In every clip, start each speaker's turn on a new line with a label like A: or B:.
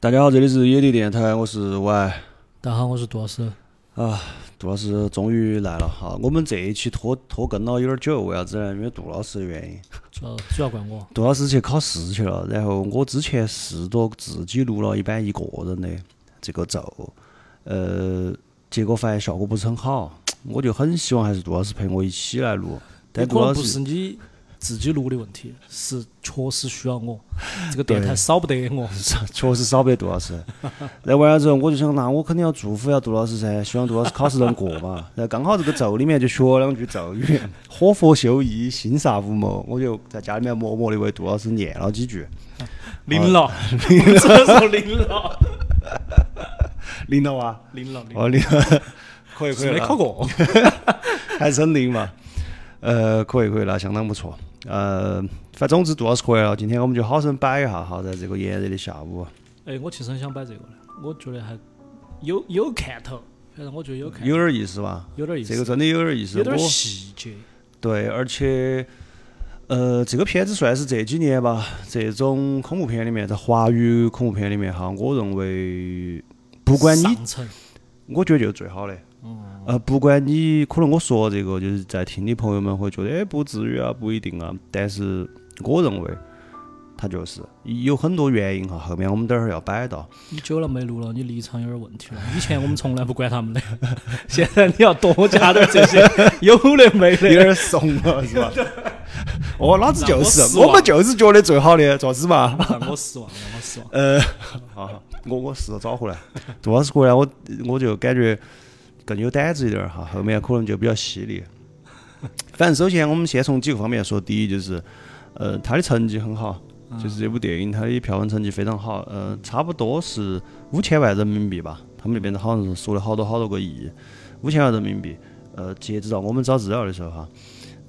A: 大家好，这里是野地电台，我是 Y
B: 大家好，我是杜老师。
A: 啊，杜老师终于来了哈。我们这一期拖拖更了有点久，为啥子呢？因为杜老师的原因，
B: 主要呃主要怪我，
A: 杜老师去考试去了。然后我之前试着自己录了一版一个人的这个咒，呃，结果发现效果不是很好，我就很希望还是杜老师陪我一起来录。但
B: 也
A: 杜
B: 可
A: 老
B: 能不
A: 师
B: 是你自己录的问题，是确实需要 我，这个
A: 对哦
B: 电台少不得我。
A: 确实少不得杜老师。那完了之后，我就想，那我肯定要祝福一下杜老师噻，希望杜老师考试能过嘛。然后刚好这个咒里面就学了两句咒语：火佛修一，心煞无谋。我就在家里面默默的为杜老师念了几句，
B: 零了，这时候零了，
A: 灵了哇！
B: 零了，零了，
A: 哦，灵了， 可以可以
B: 没
A: 了
B: 考 过。
A: 还是很灵嘛。呃，可以可以了，相当不错。呃，反正总之杜老师回来了，今天我们就好生摆一下哈，在这个炎热的下午，
B: 哎，我其实很想摆这个的，我觉得还有有看头，反正我觉得有看头，
A: 有点意思吧？
B: 有点意
A: 这个
B: 思，
A: 真的有点意思，
B: 有点
A: 我
B: 细节。
A: 对，而且，呃，这个片子算是这几年吧，这种恐怖片里面，在华语恐怖片里面哈，我认为，不管你，
B: 上层，
A: 我觉得就是最好的。呃，不管你可能我说这个，就是在听的朋友们会觉得，哎，不至于啊，不一定啊。但是我认为，它就是有很多原因哈。后面我们等会儿要摆到，
B: 你久了没录了，你立场有点问题了。以前我们从来不管他们的， 现在你要多加点这些有的 没
A: 有
B: 的。
A: 点怂了是吧？ 哦，老子就
B: 让我
A: 是，
B: 失
A: 我
B: 望
A: 们就是觉得最好的，咋子嘛？
B: 让我失望，让我失望。
A: 呃，好，我我试着找回来。杜老师过来，我我就感觉更有胆子一点儿哈，后面可能就比较犀利。反正首先我们先从几个方面说，第一就是，呃，他的成绩很好，就是这部电影它的票房成绩非常好，呃，差不多是五千万人民币吧，他们那边好像是说了好多好多个亿，五千万人民币。呃，截止到我们找资料的时候哈，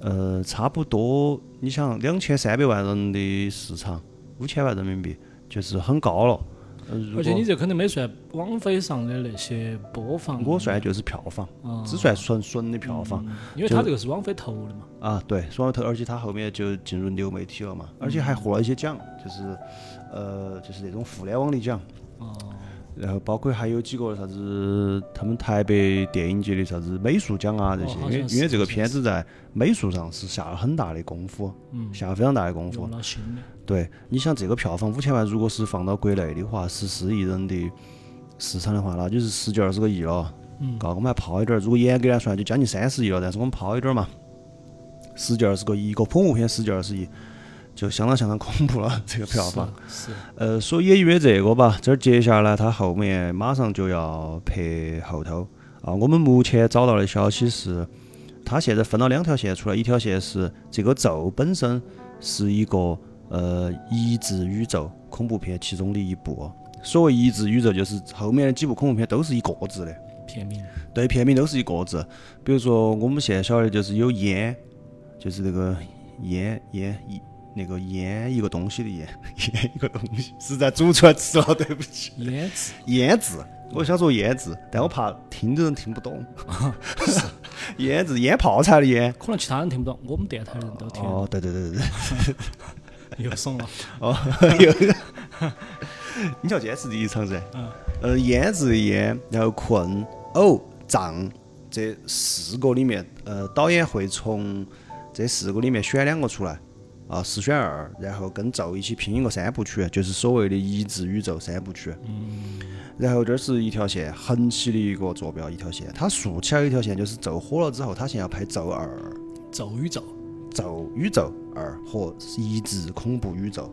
A: 呃，差不多你想两千三百万人的市场，五千万人民币就是很高了。呃、如
B: 而且
A: 果
B: 你这肯定没算网飞上的那些播放，
A: 我算就是票房，
B: 啊
A: 只算纯纯的票房、
B: 因为它这个是网飞投的嘛。
A: 啊。对，双头，而且他后面就进入流媒体了
B: 嗯
A: 嘛，而且还获了一些奖，就是呃，就是那种互联网的奖。
B: 哦，
A: 然后包括还有几个啥子，他们台北电影节的啥子美术奖啊这
B: 哦
A: 些，
B: 好
A: 因为
B: 像是
A: 因为这个
B: 好像
A: 片子在美术上是下了很大的功夫，
B: 嗯，
A: 下了非常大的功夫
B: 用。了新的，
A: 对，你想这个票房五千万，如果是放到国内的话，十四亿人的市场的话，那就是十几二十个亿了。
B: 嗯
A: 嘎，我们还抛一点儿，如果严格来算，就将近三十亿了。但是我们抛一点儿嘛，十几二十个亿，一个恐怖片十几二十亿，就相当相当恐怖了。这个票房，
B: 是
A: 呃，所以也因为这个吧，这儿接下来他后面马上就要拍后头啊。我们目前找到的消息是，他现在分了两条线出来，一条线是这个咒本身是一个呃益智宇宙恐怖片其中的一部。所谓益智宇宙，就是后面的几部恐怖片都是一个字的，
B: 片名，
A: 对，片名都是一个字。比如说我们现在晓得就是有烟，就是那个烟烟一那个烟一个东西的烟，烟一个东西是在煮出来吃哦了，对不起。
B: 腌制
A: 腌制，我想说腌制，但我怕听的人听不懂。 腌制腌泡菜的腌。
B: 可能其他人听不懂，我们电台人都听，
A: 哦，对对对对对。
B: 又怂了。
A: 哦，有一个，你叫今天是第一场噻。
B: 嗯。
A: 呃，腌制的腌，然后困、呕、胀这四个里面，呃，导演会从这四个里面选两个出来，啊，四选二，然后跟咒一起拼一个三部曲，就是所谓的一致宇宙三部曲。嗯。然后这是一条线，横起的一个坐标，一条线。它竖起来一条线，就是咒火了之后，它现在要拍咒二。
B: 咒与咒，
A: 咒宇宙二和一致恐怖宇宙，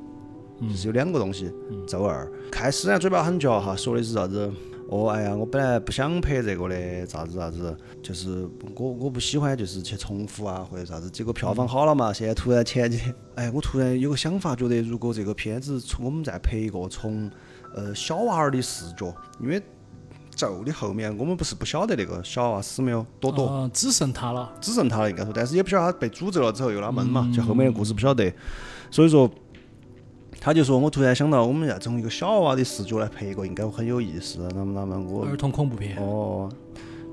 A: 就是有两个东西。咒二开始呢，嘴巴很嚼哈，说的是啥子？哦，哎呀，我本来不想拍这个的，啥子啥子，就是我我不喜欢，就是去重复啊或者啥子。结果票房好了嘛，现在突然前几天，哎，我突然有个想法，觉得如果这个片子从我们再拍一个从呃小娃儿的视角，因为咒的后面我们不是不晓得那个小娃死没有，朵朵。
B: 啊，只剩他了。
A: 只剩他了，应该说，但是也不晓得他被诅咒了之后又拉闷嘛，就后面的故事不晓得，所以说。他就说：“我突然想到，我们要从一个小娃娃的视角来拍一个，应该很有意思。那么，那么我
B: 儿童恐怖片，
A: 哦，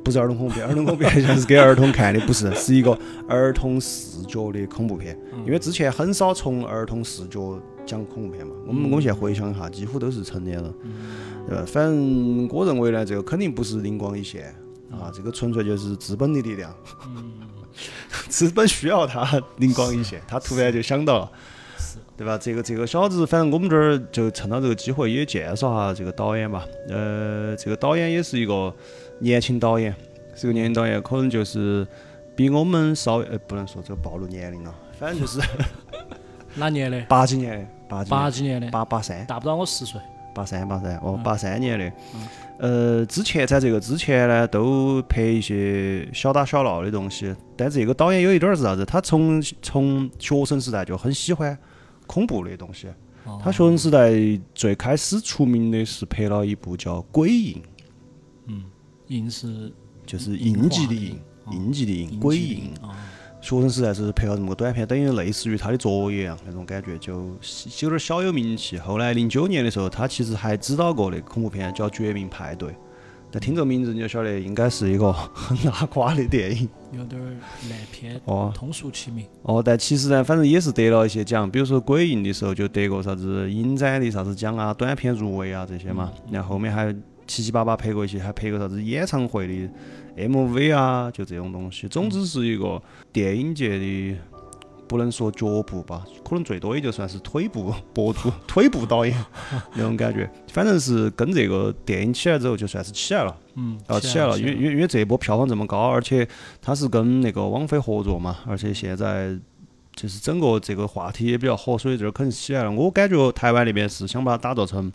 A: 不是儿童恐怖片，儿童恐怖片就是给儿童看的，不是，是一个儿童视角的恐怖片。因为之前很少从儿童视角讲恐怖片嘛，我们我们现在回想一下，几乎都是成年人，对吧？反正我认为呢，这个肯定不是灵光一现啊，这个纯粹就是资本的力量， 资本需要他灵光一现，他突然就想到了。对吧？这个这个小子，反正我们这儿就趁到这个机会也介绍下这个导演吧。呃，这个导演也是一个年轻导演，是个年轻导演，可能就是比我们稍微、呃、不能说这个暴露年龄了，反正就是
B: 哪年的？
A: 八几年的，八几
B: 八
A: 年
B: 几年的，
A: 八八三
B: 大不到我十岁。
A: 八三八三哦，八三年的。呃，之前在这个之前呢，都拍一些小打小闹的东西，但这个导演有一点儿是啥子？他从从学生时代就很喜欢恐怖的东西。
B: 哦
A: 他学生时代最开始出名的是拍了一部叫《鬼影》，
B: 应是
A: 就是应急的应，
B: 嗯
A: 应急的应，
B: 应
A: 鬼
B: 季
A: 影。
B: 啊，
A: 学生时代是拍了这么个短片，等于类似于他的作业一样那种感觉，就有点小有名气。后来零九年的时候，他其实还指导过那个恐怖片叫《绝命派对》，但听这个名字你就晓得应该是一个 很拉垮的电影
B: 有点儿烂片，
A: 哦
B: 通俗其名。
A: 哦。但其实呢，反正也是得了一些奖，比如说《鬼影》的时候就得过啥子影展的啥子奖啊、短片入围啊这些嘛。然后后面还七七八八拍过一些，还拍过啥子演唱会的 MV 啊，就这种东西。总之是一个电影界的，不能说脚步吧，可能最多也就算是腿部博主、腿部导演那种感觉。反正是跟这个电影起来之后，就算是起来了。
B: 嗯，
A: 啊，起来了，因为因为因为这一波票房这么高，而且它是跟那个网飞合作嘛，而且现在就是整个这个话题也比较火，所以这儿肯定起来了。我感觉台湾那边是想把它打造成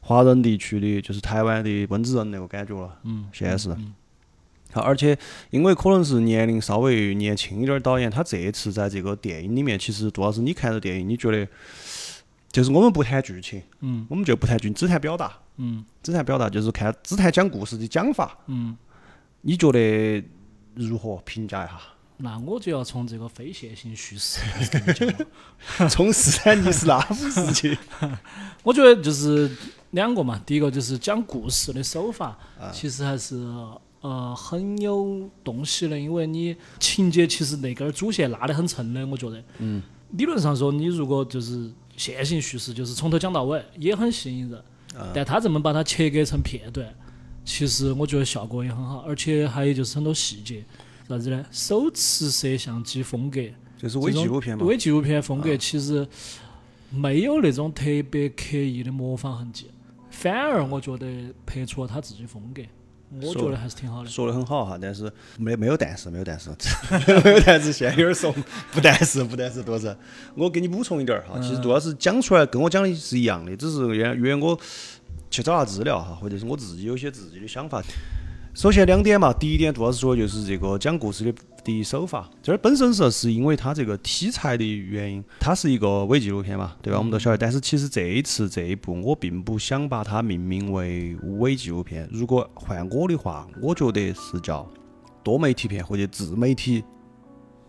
A: 华人地区的，就是台湾的温子仁那个感觉了，
B: 嗯，
A: 现在是。
B: 嗯
A: 好，而且因为可能是年龄稍微年轻一点儿导演，他这一次在这个电影里面，其实杜老师你看的电影，你觉得就是我们不谈剧情，
B: 嗯
A: 我们就不谈剧情，只谈表达，
B: 嗯
A: 只谈表达，就是看只谈讲故事的讲法。
B: 嗯，
A: 你觉得如何评价一 下？
B: 那我就要从这个非线性叙事开始跟你讲了。
A: 从斯坦尼斯拉夫斯基，
B: 我觉得就是两个嘛，第一个就是讲故事的手法，其实还是呃很有东西的，因为你情节其实那根儿主线拉得很沉的，我觉得。嗯。理论上说，你如果就是线性叙事，就是从头讲到尾，也很吸引人。但他这么把它切割成片段，其实我觉得效果也很好，而且还有就是很多细节，啥子呢？手持摄像机风格，
A: 就是伪纪录片啊嘛。
B: 伪纪录片风格其实没有那种特别刻意的模仿痕迹，反而我觉得拍出了他自己风格，我觉得还是挺好的。
A: 说的很好哈，但是没没有但是，没有但是，没有但是，现在有点怂，不但是不但是多是。我给你补充一点儿哈，其实杜老师讲出来跟我讲的是一样的，只是原原我去找下资料哈，或者是我自己有些自己的想法。首先两点嘛，第一点杜老师说的就是这个讲故事的的手法，这儿本身是是因为它这个题材的原因，它是一个伪纪录片嘛，对吧？我们都晓得。但是其实这一次这一部，我并不想把它命名为伪纪录片。如果换我的话，我觉得是叫多媒体片或者自媒体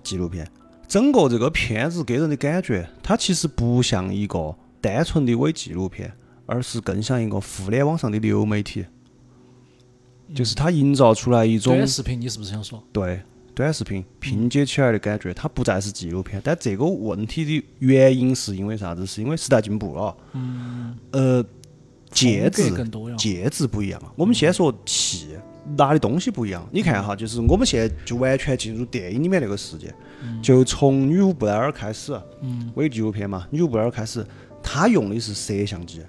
A: 纪录片。整个这个片子给人的感觉，它其实不像一个单纯的伪纪录片，而是更像一个互联网上的流媒体，就是它营造出来一种
B: 短视频你是不是想说？
A: 对，短视频
B: 嗯
A: 拼接起来的感觉，它不再是纪录片。但这个问题的原因是因为啥子？是因为时代进步了，嗯，呃，介
B: 风
A: 质
B: 格更嗯多样。
A: 介质不一样了。我们先说戏，拿的东西不一样。你看哈，就是我们现在就完全进入电影里面那个世界，就从女巫布莱尔开始，
B: 嗯，
A: 伪纪录片嘛，女巫布莱尔开始，她用的是摄像机，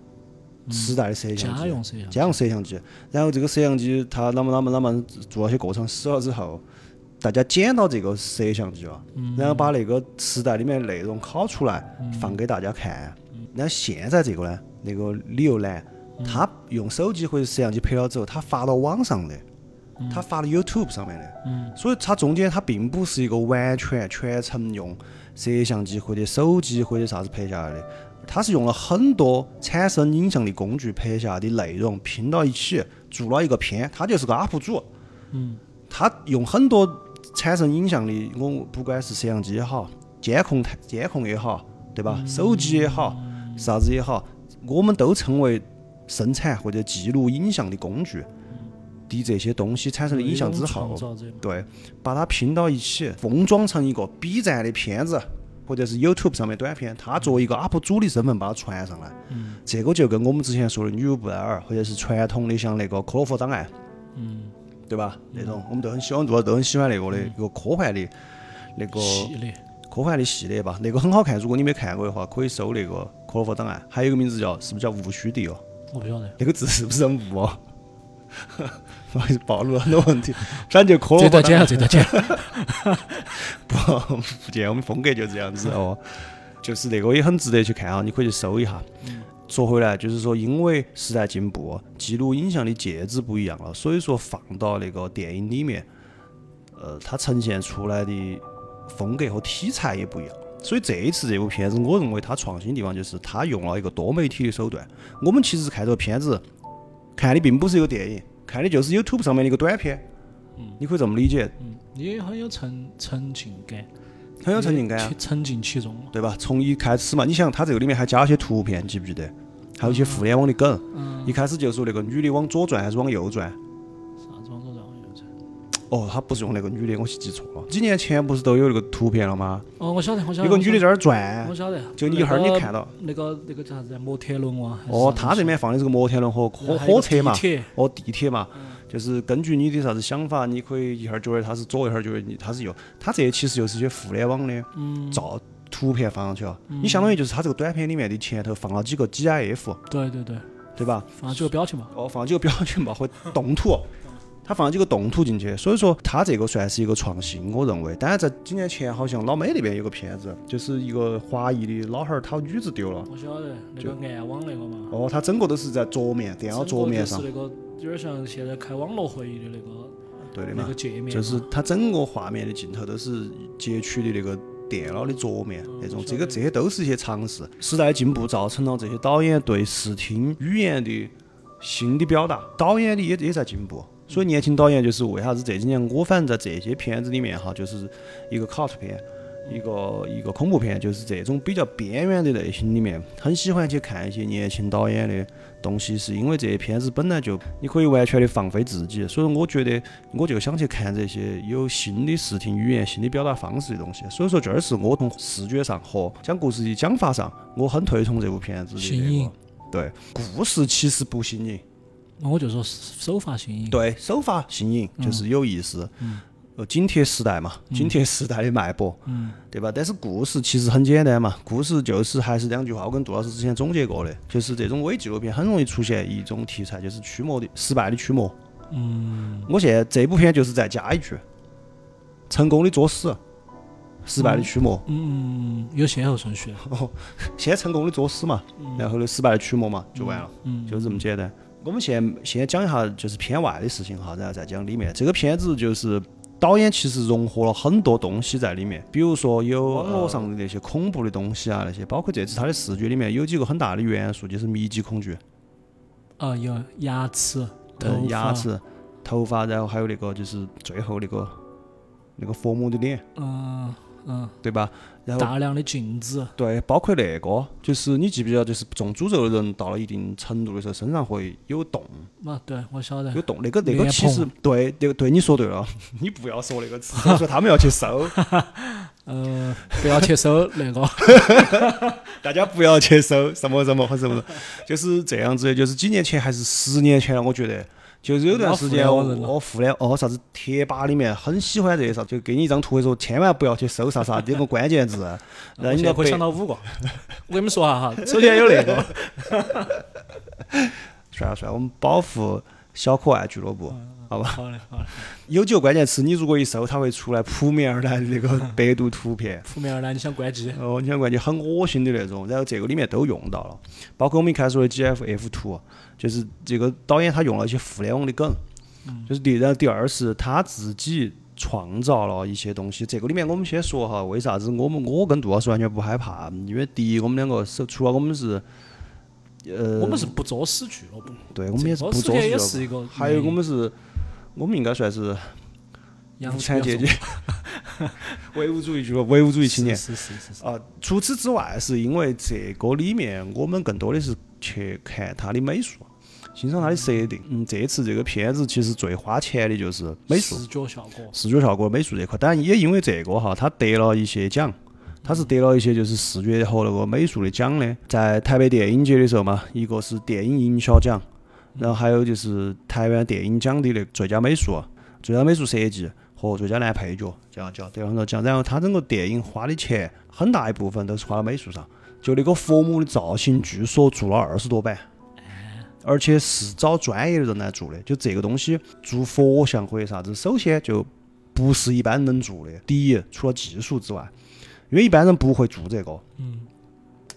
A: 时代的摄像机，
B: 嗯家用摄像机
A: 家用摄像机。然后这个摄像机它啷么啷么啷么做了些过程死了之后，大家捡到这个摄像机了，
B: 嗯
A: 然后把那个磁带里面内容拷出来放给大家看。
B: 嗯
A: 那现在这个呢，那个李又兰，他用手机或者摄像机拍了之后，他发到网上的，
B: 嗯
A: 他发到 YouTube 上面的，所以它中间它并不是一个完全全程用摄像机或者手机或者啥子拍下来的，它是用了很多产生影像的工具拍下来的内容拼到一起，做了一个片，它就是个 UP 主。
B: 嗯，
A: 他用很多产生影像的，我不管是摄像机也好，监控台监控也好，对吧？手机也好，啥子也好，我们都称为生产或者记录影像的工具。的这些东西产生的影响之后
B: 创，造者嘛
A: 对，把它拼到一起，封装成一个 B 站的片子，或者是 YouTube 上面短片，他作为一个 UP 主的身份把它传上来。嗯，这个就跟我们之前说的女巫布莱尔，或者是传统的像那个科洛弗档案，嗯，对吧？那种我们都很喜欢，做，都很喜欢那个的一个科幻的那个
B: 嗯系列，
A: 科幻的系列吧，那个很好看。如果你没看过的话，可以搜那个科洛弗档案，还有一个名字叫是不是叫无须地哦？
B: 我不晓得。
A: 那个字是不是很无哦？ 不好意思，暴露了很多问题。反正就科洛
B: 这
A: 弗
B: 段
A: 档
B: 剪
A: 案
B: 了，这段剪了。
A: 不福建，我们风格就这样子哦。就是那个也很值得去看啊，你可以去搜一下。说回来，就是说，因为时代进步，记录影像的介质不一样了，所以说放到那个电影里面，呃，它呈现出来的风格和题材也不一样。所以这一次这部片子，我认为它创新的地方就是它用了一个多媒体的手段。我们其实看这个片子，看的并不是一个电影，看的就是 YouTube 上面的一个短片。你可以这么理解，
B: 嗯，也很有沉沉浸感，
A: 很有沉浸感啊。
B: 去沉浸其中嘛。
A: 对吧？从一开始嘛，你想它这个里面还加了些图片，记不记得？还有一些互联网的梗。一开始就说那个女的往左转还是往右转？
B: 啥子网络上好像是
A: 哦，他不是用那个女的，我记错了。几年前不是都有那个图片了吗？
B: 哦，我晓得，我晓
A: 有个
B: 得。
A: 女的在那儿
B: 我
A: 转，
B: 晓得，我晓得。
A: 就你一会儿你看到。
B: 那个那个叫啥子摩天轮哇？还是
A: 哦，
B: 啥
A: 他
B: 东
A: 这
B: 西
A: 里面放的是个摩天轮和
B: 然
A: 火
B: 后还有
A: 火
B: 个
A: 车嘛
B: 地，铁
A: 哦，地铁嘛，就是根据你的啥子想法，你可以一会儿觉得它是左，一会儿觉得你它是右。它这其实就是一些互联网的
B: 嗯
A: 照图片放上去了。你相当于就是它这个短片里面的前头放了几个 GIF，
B: 对对对，
A: 对吧？
B: 放几个标题嘛。
A: 哦，放几个表情包或动图，他放了几个动图进去，所以说他这个算是一个创新，我认为。当然，在几年前好像老美那边有个片子，就是一个华裔的老汉儿讨女子丢了，
B: 我晓得那个暗网那个嘛。
A: 哦，他整个都是在桌面电脑桌面上
B: 整，个就是那个有点像现在开网络会议的那个
A: 对的
B: 那
A: 嘛
B: 个，界面嘛，
A: 就是它整个画面的镜头都是截取的那个电脑的桌面
B: 嗯
A: 那种，这个这些都是一些尝试。时代进步造成了这些导演对视听语言的新的表达，导演的也也在进步。所
B: 嗯
A: 以年轻导演就是为啥子这几年我反正在这些片子里面哈，就是一个 cut 片，一个一个恐怖片，就是这种比较边缘的类型里面，很喜欢去看一些年轻导演的东西，是因为这些片子本来就你可以完全的放飞自己，所以说我觉得我就想去看这些有新的视听语言、新的表达方式的东西。所以说这儿是我从视觉上和讲故事的讲法上，我很推崇这部片子的
B: 新
A: 那
B: 颖
A: 个。对，故事其实不新颖，
B: 我就说手法新颖。
A: 对，手法新颖就是有意思，呃，紧贴时代嘛，紧贴时代的脉搏，
B: 嗯
A: 对吧？但是故事其实很简单嘛，故事就是还是两句话，我跟杜老师之前总结过的，就是这种伪纪录片很容易出现一种题材，就是驱魔的失败的驱魔。嗯，我现在这部片就是再加一句，成功的作死，失败的驱魔，
B: 嗯，有先后顺序的。
A: 先成功的作死嘛，然后呢失败的驱魔嘛，就完了。
B: 嗯，
A: 就这么简单。我们先先讲一下就是片外的事情哈，然后再讲里面。这个片子就是导演其实融合了很多东西在里面，比如说有网络上的那些恐怖的东西啊，那些包括这次它的视觉里面有几个很大的元素，就是密集恐惧，
B: 啊，有牙齿、头
A: 嗯，牙
B: 发，
A: 齿、头发，然后还有那个就是最后那个那个佛母的脸，
B: 嗯嗯，
A: 对吧？然后
B: 大量的镜子，
A: 对，包括那个就是你记不记得，就是中诅咒的人到了一定程度的时候，身上会有洞。
B: 嘛，啊对我晓得
A: 有。动那个那
B: 莲
A: 个其实
B: 蓬
A: 对对对，你说对了， 你不要说那个词，说他们要去搜，
B: 呃，不要去搜 那个，
A: 大家不要去搜什么什么和什 么，就是这样子的。就是几年前还是十年前了，我觉得就是有段时间
B: 老
A: 我
B: 互联网人了
A: 我互联哦啥子贴吧里面很喜欢这些啥，就给你一张图说千万不要去搜啥啥这个关键字， 然后
B: 我
A: 你
B: 现
A: 要
B: 在可以
A: 被
B: 想到五个。我跟你们说哈 哈，首先有那个，
A: 算了算了，我们保护小可爱俱乐部。好吧，
B: 好嘞好嘞，
A: 有几个关键词，你如果一搜，它会出来扑面而来的那个百度图片。
B: 扑面而来，你想关机？
A: 哦，你想感觉很恶心的那种，然后这个里面都用到了，包括我们一开始说的 GFF 图，啊就是这个导演他用了一些互联网的梗，就是第一，然后第二是他自己创造了一些东西。这个里面我们先说哈，为啥子我们我跟杜老师完全不害怕？因为第一，我们两个是除了我们是，呃，
B: 我们是不作死俱乐部，
A: 对我们也是
B: 这
A: 不
B: 个世
A: 做
B: 界也
A: 事
B: 是嗯
A: 的，
B: 一个，
A: 还有我们是，我们应该算是
B: 洋
A: 无产阶级
B: 洋，
A: 唯物主义俱乐部，唯物 主义青年。
B: 是是是是是，
A: 啊，除此之外，是因为这个里面我们更多的是去看它的美术，欣赏它的设定。嗯，这次这个片子其实最花钱的就是美术、
B: 视觉效果，
A: 视觉效果、美术这块，当然也因为这个哈，它得了一些奖。它是得了一些就是视觉和那个美术的奖的，在台北电影节的时候嘛，一个是电影营销奖，然后还有就是台湾电影奖的那个最佳美术、最佳美术设计和最佳男配角，这样叫得了很多奖。然后它整个电影花的钱很大一部分都是花到美术上，就那个佛母的造型，据说做了二十多版。而且是找专业的人来做的，就这个东西做佛像或者啥子，首先就不是一般人做的。第一，除了技术之外，因为一般人不会做这个，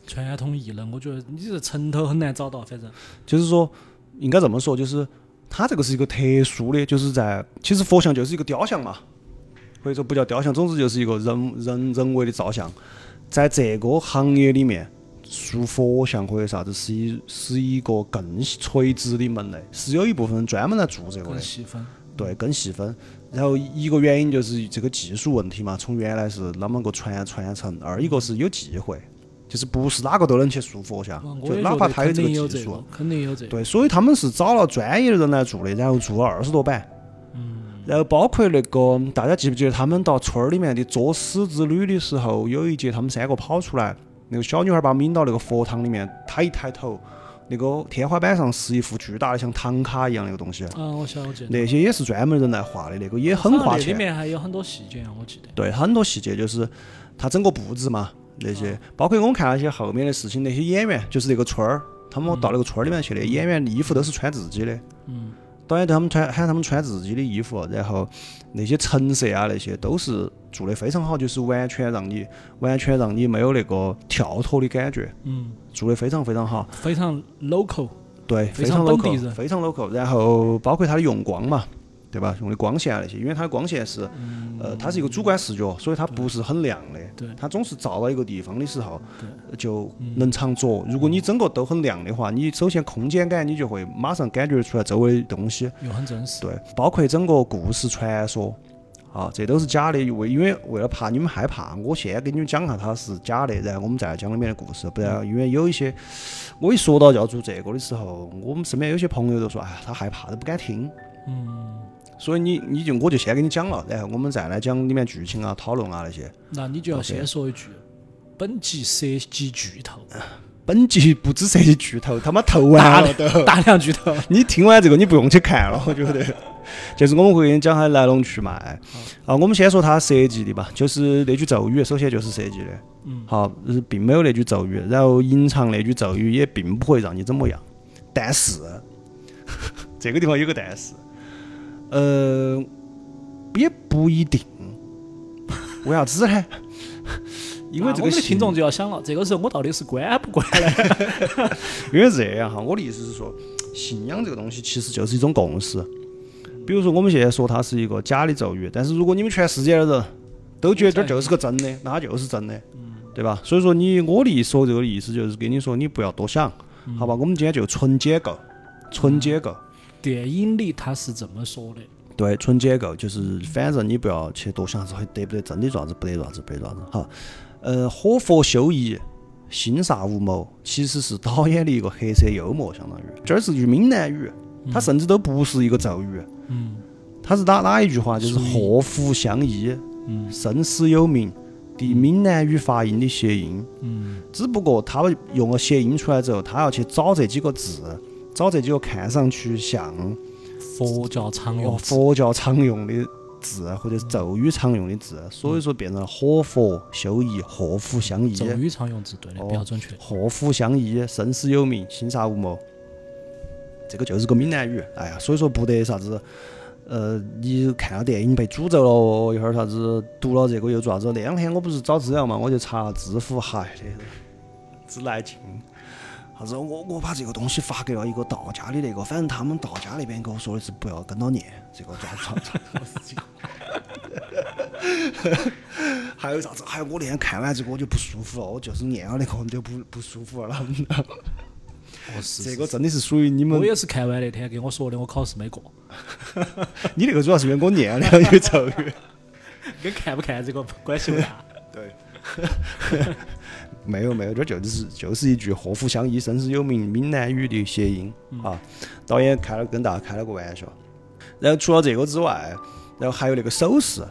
B: 传统艺人，我觉得你这城头很难找到，反正
A: 就是说应该这么说，就是它这个是一个特殊的，就是在其实佛像就是一个雕像嘛，或者说不叫雕像，总之就是一个人人人为的造像，在这个行业里面。塑佛像或者啥子是一是一个更垂直的门类，是有一部分人专门来做这个
B: 更
A: 的。
B: 细分。
A: 对，更细分。然后一个原因就是这个技术问题嘛，从原来是啷么个传传承，二一个是有忌讳，就是不是哪个都能去塑佛像
B: 啊，我
A: 就
B: 也
A: 哪
B: 觉
A: 怕
B: 得
A: 他有
B: 肯
A: 这
B: 定
A: 个
B: 有
A: 技
B: 这
A: 术
B: 个，，肯定有这个。
A: 对，所以他们是找了专业的人来做的，然后做了二十多版。
B: 嗯
A: 然后包括那个，大家记不记得他们到村儿里面的作死之旅的时候，有一节他们三个跑出来，那个小女孩把我们引到那个佛堂里面，她一抬头，那个天花板上是一幅巨大的像唐卡一样那个东西，
B: 啊，我晓得。
A: 那些也是专门人来画的，那个也很花
B: 那里
A: 钱。
B: 面还有很多细节啊，我记得。
A: 对，很多细节就是它整个布置嘛，那
B: 啊
A: 些包括我们看那些后面的事情，那些演员就是那个村儿，他们到那个村儿里面去的，演员的衣服都是穿自己的。
B: 嗯。
A: 导演对他们穿喊他们穿自己的衣服，然后那些成色啊那些都是做得非常好，就是完全让你完全让你没有那个跳脱的感觉，
B: 嗯，
A: 做得非常非常好。
B: 非常 local。
A: 对，非
B: 非
A: 常
B: 常本地
A: local，
B: 人
A: 非常 local。然后包括它的用光嘛，对吧？用的光线啊那些，因为它的光线是，呃，它是一个主观视觉，所以它不是很亮的。
B: 嗯对
A: 它总是照到一个地方的时候，就能长着。如果你整个都很亮的话，你首先空间感你就会马上感觉出来周围的东西。
B: 又很真实。
A: 对，包括整个故事传说。啊，这都是假的，为因为为了怕你们害怕，我先给你们讲一下它是假的，然后我们再讲里面的故事。不然，因为有一些我一说到要做这个的时候，我们身边有些朋友都说，哎呀，他害怕，都不敢听。嗯。所以你你就我就先给你讲了，然后我们再来讲里面剧情啊、讨论啊那些。
B: 那你就要先说一句，本集涉及 剧透，
A: 本集不止涉及剧透，他妈透完了都。
B: 大量剧透。
A: 你听完这个，你不用去看了，我觉 得。就是我们会给你讲它的来龙去脉。啊，我们先说它设计的吧，就是那句咒语，首先就是设计的。嗯。好，呃并没有那句咒语，然后隐藏那句咒语也并不会让你怎么样。但是， 这个地方有个但是，呃，也不一 定。为啥子呢？ 啊因为这
B: 那
A: 个
B: 我们的
A: 信
B: 听众就要想了，这个时候我到底是关不关呢？
A: 因为这样哈，我的意思是说，信仰这个东西其实就是一种共识。比如说，我们现在说它是一个假的咒语，但是如果你们全世界的人都觉得这儿就是个真的，那它就是真的，对吧？所以说你，我的一说这个意思就是跟你说，你不要多想，好吧？我们今天就纯解构，纯解构，
B: 电影里他是这么说的，
A: 对，纯解构就是反正你不要去多想是得不得真的爪子，不得爪子，不得爪子，哈。呃，火佛修一，心煞无谋，其实是导演的一个黑色幽默，相当于这儿是句闽南语，它甚至都不是一个咒语，
B: 嗯，
A: 它是哪哪一句话？就是
B: 属于
A: 祸福相依，嗯，生死有命的闽南语发音的谐音，
B: 嗯，
A: 只不过他用了谐音出来之后，他要去找这几个字，找这几个看上去像。
B: 佛教常用词，
A: 哦佛教常用的字，啊或者是咒语常用的字，啊
B: 嗯
A: 所以说变成火佛修一，祸福相依
B: 咒，语常用字，对的，
A: 哦
B: 比较准确。
A: 祸福相依，生死有命，心杀无谋。这个就是个闽南语，哎呀，所以说不得啥子，呃，你看了电影被诅咒了哦，一会儿啥子读了这个又做啥子？那两天我不是找资料嘛，我就查知乎，嗨的，之来劲。啥子？啊我我把这个东西发给了一个道家的那个，反正他们道家那边跟我说的是不要跟到念这个抓抓抓这个事情。 还有啥子？还有我那天看完这个我就不舒服了，我就是念了那个我就不不舒服了。
B: 哦，是
A: 这
B: 是
A: 个真的是属于你们
B: 我，也是看完那天跟我说的，我考试没过，
A: 你那个主要是因为我念了两句咒语。
B: 跟看不看这个关系不大。
A: 对，没有没有，这就是就是一句“祸福相依，生死有命”闽南语的谐音
B: 嗯
A: 啊。导演开了跟大家开了个玩笑。然后除了这个之外，然后还有那个手势，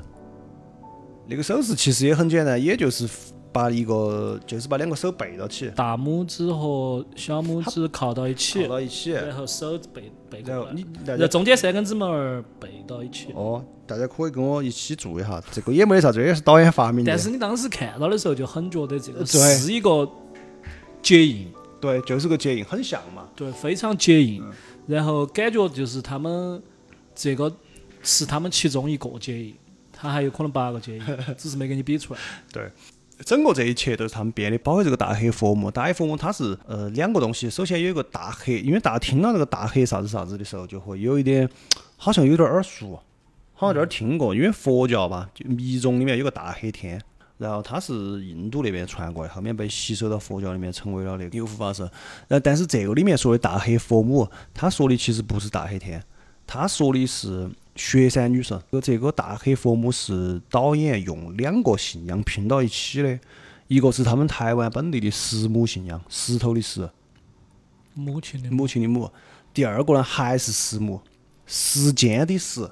A: 那个手势其实也很简单，也就是把一个就是把两个手背到起，
B: 大拇指和小拇指靠到一
A: 靠
B: 起，
A: 到一起，
B: 然后手背背
A: 然后
B: 过来，
A: 你大
B: 然
A: 家
B: 后中间三根指拇儿背到一起。
A: 哦，大家可以跟我一起做一下，这个也没得啥子，这也是导演发明的
B: 但。是你当时看到的时候，就很觉得这个
A: 对
B: 是一个结印，
A: 对，就是个结印，很像嘛。
B: 对，非常结印。
A: 嗯
B: 然后感觉就是他们这个是他们其中一个结印，他还有可能八个结印， 只是没给你比出来。
A: 对，整个这一切都是他们编的，包括这个大黑佛母。大黑佛母它是呃两个东西，首先有一个大黑，因为大家听到这个大黑啥子啥子的时候，就会有一点好像有点耳熟，好像这儿听过，因为佛教吧，就密宗里面有个大黑天。然后它是印度那边传过来，后面被吸收到佛教里面，成为了那个有福法师。然后，但是这个里面说的大黑佛母，他说的其实不是大黑天，他说的是雪山女神。有这个大黑佛母是导演用两个信仰拼到一起的，一个是他们台湾本地的石母信仰，石头的石，
B: 母亲的
A: 母亲的母；第二个呢还是石母，时间的时，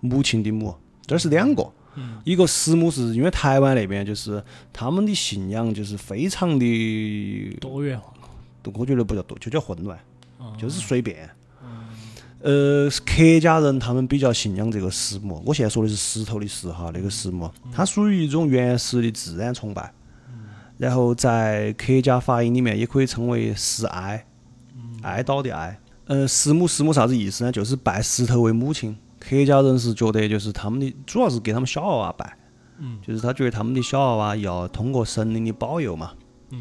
A: 母亲的母，这是两个。一个石母是因为台湾那边就是他们的信仰就是非常的
B: 多元化，
A: 我觉得不叫多，就叫混乱，
B: 嗯
A: 就是随便。呃，客家人他们比较信仰这个石磨，我现在说的是石头的石哈，那个石磨，它属于一种原始的自然崇拜，然后在客家发音里面也可以称为石哀，哀悼的哀。呃，石母石母啥子意思呢？就是拜石头为母亲。客家人是觉得就是他们的，主要是给他们小娃娃拜，就是他觉得他们的小娃娃要通过神灵的保佑嘛，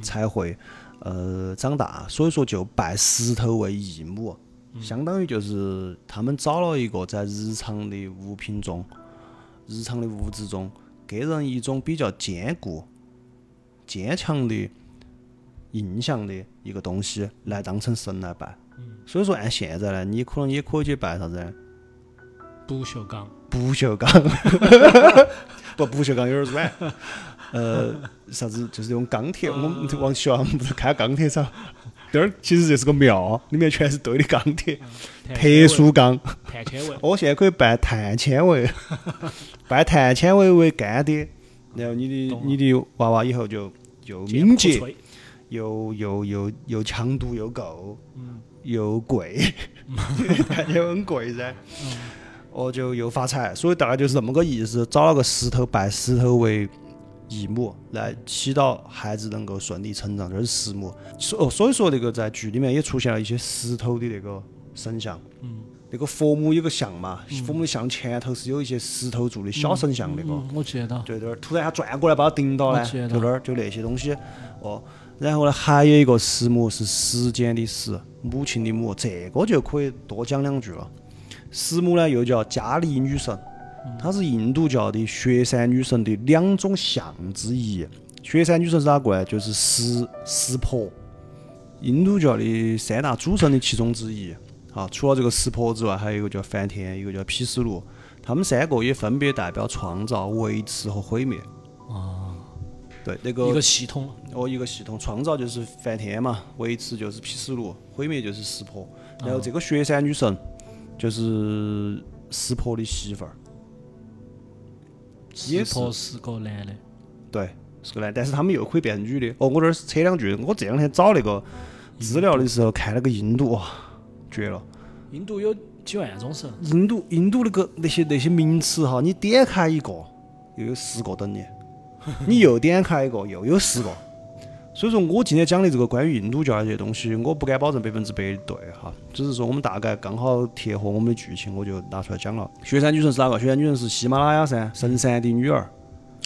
A: 才会呃长大，所以说就拜石头为义母，相当于就是他们找了一个在日常的物品中、日常的物质中，给人一种比较坚固、坚强的印象的一个东西来当成神来拜。所以说，按现在呢，你可能也可以去拜啥子呢？
B: 不锈钢。
A: 不锈钢， 不，不锈钢有点软。 呃，啥子就是那种钢铁，我们往学校我们不是开钢铁厂，这嗯儿其实就是个庙，里面全是堆的钢 铁，特殊 钢。哦
B: 碳纤维，
A: 我现在可以拜碳纤 维，拜碳纤维为干爹，然后你的
B: 懂了
A: 你的娃娃以后就又
B: 坚
A: 敏
B: 不
A: 捷
B: 可，摧
A: 又又又又强度又够，
B: 嗯
A: 又 贵，感觉很贵噻。
B: 嗯
A: 我就又发财，所以大概就是这么个意思。找了个石头，拜石头为义母，来祈祷孩子能够顺利成长，这是石母。所哦，所以说那个在剧里面也出现了一些石头的那个神像。
B: 嗯，
A: 那个佛母有个像嘛，佛母的像前头是有一些石头做的小神像，那个。
B: 嗯，我记得，
A: 对，这儿突然他转过来把我顶到呢，
B: 我记
A: 就
B: 得
A: 那儿就那些东西哦。然后呢，还有一个石母是时间的时，母亲的母，这个就可以多讲两句了。石母呢又叫迦利女神，她是印度教的雪山女神的两种像之一。雪山女神是哪个呢？啊就是湿湿婆，印度教的三大主神的其中之一。啊，除了这个湿婆之外，还有一个叫梵天，一个叫毗湿奴，他们三个也分别代表创造、维持和毁灭。对，那
B: 一
A: 个
B: 个系统，
A: 哦，一个系统，创造就是梵天嘛，维持就是毗湿奴，毁灭就是湿婆。然后这个雪山女神就是湿婆的媳妇儿，也
B: 石
A: 是
B: 头是个男的，
A: 对，是个男，但是他们又可以变成女的。哦，我这儿扯两句，我这两天找那个资料的时候看了个印度，哇，绝了！
B: 印度有几万种神，
A: 印度印度那个那些那些名词哈，你点开一个又有十个等你，你又点开一个又有十个。所以说我今天讲的这个关于印度教的这些东西，我不敢保证百分之百的对哈，只是说我们大概刚好贴合我们的剧情，我就拿出来讲了。雪山女神是哪个？雪山女神是喜马拉雅山神山的女儿，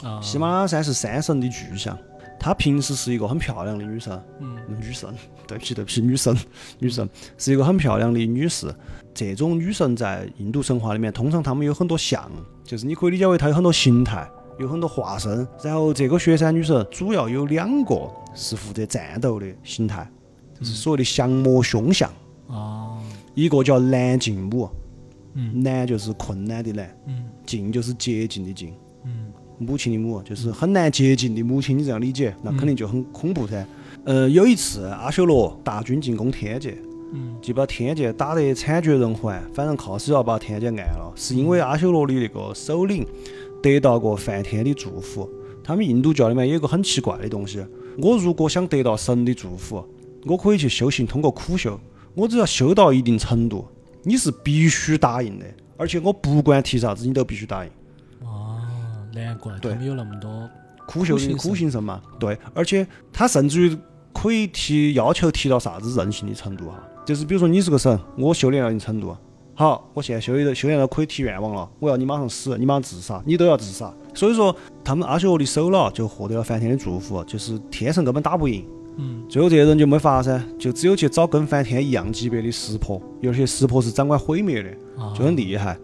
B: 啊，
A: 喜马拉雅山是山神的巨像，她平时是一个很漂亮的女生，
B: 嗯，
A: 女神，对不起对不起，女神， 女神是一个很漂亮的女士。这种女神在印度神话里面，通常她们有很多像，就是你可以理解为她有很多形态，有很多化身。然后这个雪山女神主要有两个是负责战斗的形态，就是所谓的降魔凶像，
B: 啊，
A: 一个叫南静母，
B: 嗯
A: 难就是困难的难，
B: 嗯
A: 静就是接近的静。
B: 嗯，
A: 母亲的母，啊就是很难接近的母亲，你这样理解，那
B: 嗯
A: 肯定就很恐怖噻。呃，有一次阿修罗大军进攻天界，
B: 嗯，
A: 就把天界打得惨绝人寰，反正靠是要把天界按了，是因为
B: 嗯
A: 阿修罗的那个首领得到过梵天的祝福。他们印度教里面有一个很奇怪的东西，我如果想得到神的祝福，我可以去修行，通过苦修，我只要修到一定程度，你是必须答应的，而且我不管提啥子，你都必须答应。
B: 哦，难怪他
A: 对
B: 们有那么多，
A: 苦修的
B: 苦行僧
A: 苦行僧嘛，对，而且他甚至于可以提要求提到啥子任性的程度哈，啊就是比如说你是个神，我修炼到一定程度，啊好，我现在修炼修炼到可以提愿望了，我要你马上死，你马上自杀，你都要自杀。所以说，他们阿修罗的首脑就获得了梵天的祝福，啊就是天神根本打不赢，
B: 嗯，
A: 最后这些人就没法噻，就只有去找跟梵天一样级别的石婆，有些石婆是掌管毁灭的，
B: 啊
A: 就很厉害。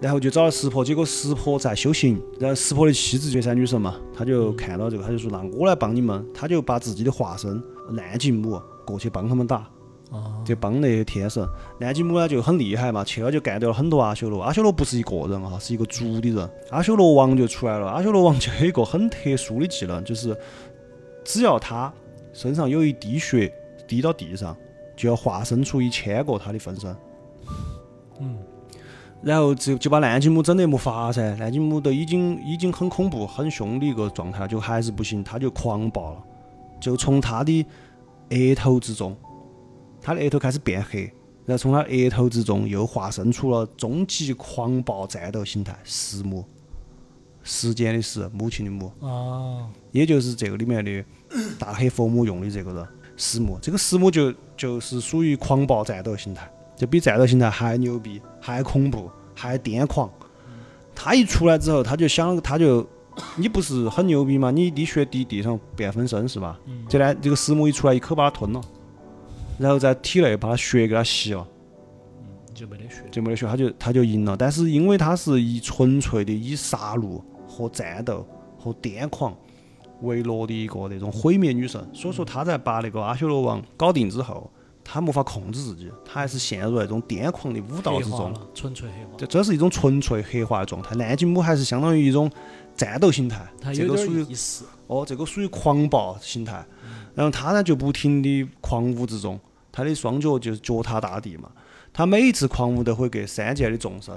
A: 然后就找了石婆，结果石婆在修行，然后石婆的妻子觉山女神嘛，她就看到这个，她就说：“那我来帮你们。”她就把自己的化身南极母过去帮他们打，
B: 哦，
A: 就帮那些天神。南极母呢就很厉害嘛，去了就干掉了很多阿修罗。阿修罗不是一个人哈，是一个族的人。阿修罗王就出来了，阿修罗王就有一个很特殊的技能，就是只要他身上有一滴血滴到地上，就要化身出一千个他的分身。
B: 嗯，
A: 然后就就把南极母整得没法噻，南极母都已经已经很恐怖、很凶的一个状态，就还是不行，他就狂暴了，就从他的额头之中，他的额头开始变黑，然后从他的额头之中又化身出了终极狂暴战斗形态——石母，时间的时，母亲的母。
B: 哦，
A: 也就是这个里面的大黑佛母用的这个人石母，这个石母就就是属于狂暴战斗形态，就比战斗形态还牛逼，还恐怖，还癫狂。他一出来之后，他就想，他就你不是很牛逼吗？你滴血滴地上变分身是吧？这来这个石母一出来，一口把它吞了，然后在体内把它血给它吸了。
B: 就没得血，
A: 就没得血，他就他就赢了。但是因为他是以纯粹的以杀戮和战斗和癫狂为乐的一个那种毁灭女神，所以说他在把那个阿修罗王搞定之后，他没法控制自己，他还是陷入那种癫狂的舞蹈
B: 黑
A: 之
B: 化
A: 中。
B: 了，纯粹黑化，
A: 这这是一种纯粹黑化的状态。南极母还是相当于一种战斗形态，
B: 他
A: 这
B: 有
A: 个属于
B: 点意思，
A: 哦，这个属于狂暴形态。然后他呢就不停的狂舞之中，他的双脚就是脚踏大地嘛。他每一次狂舞都会给三界的众生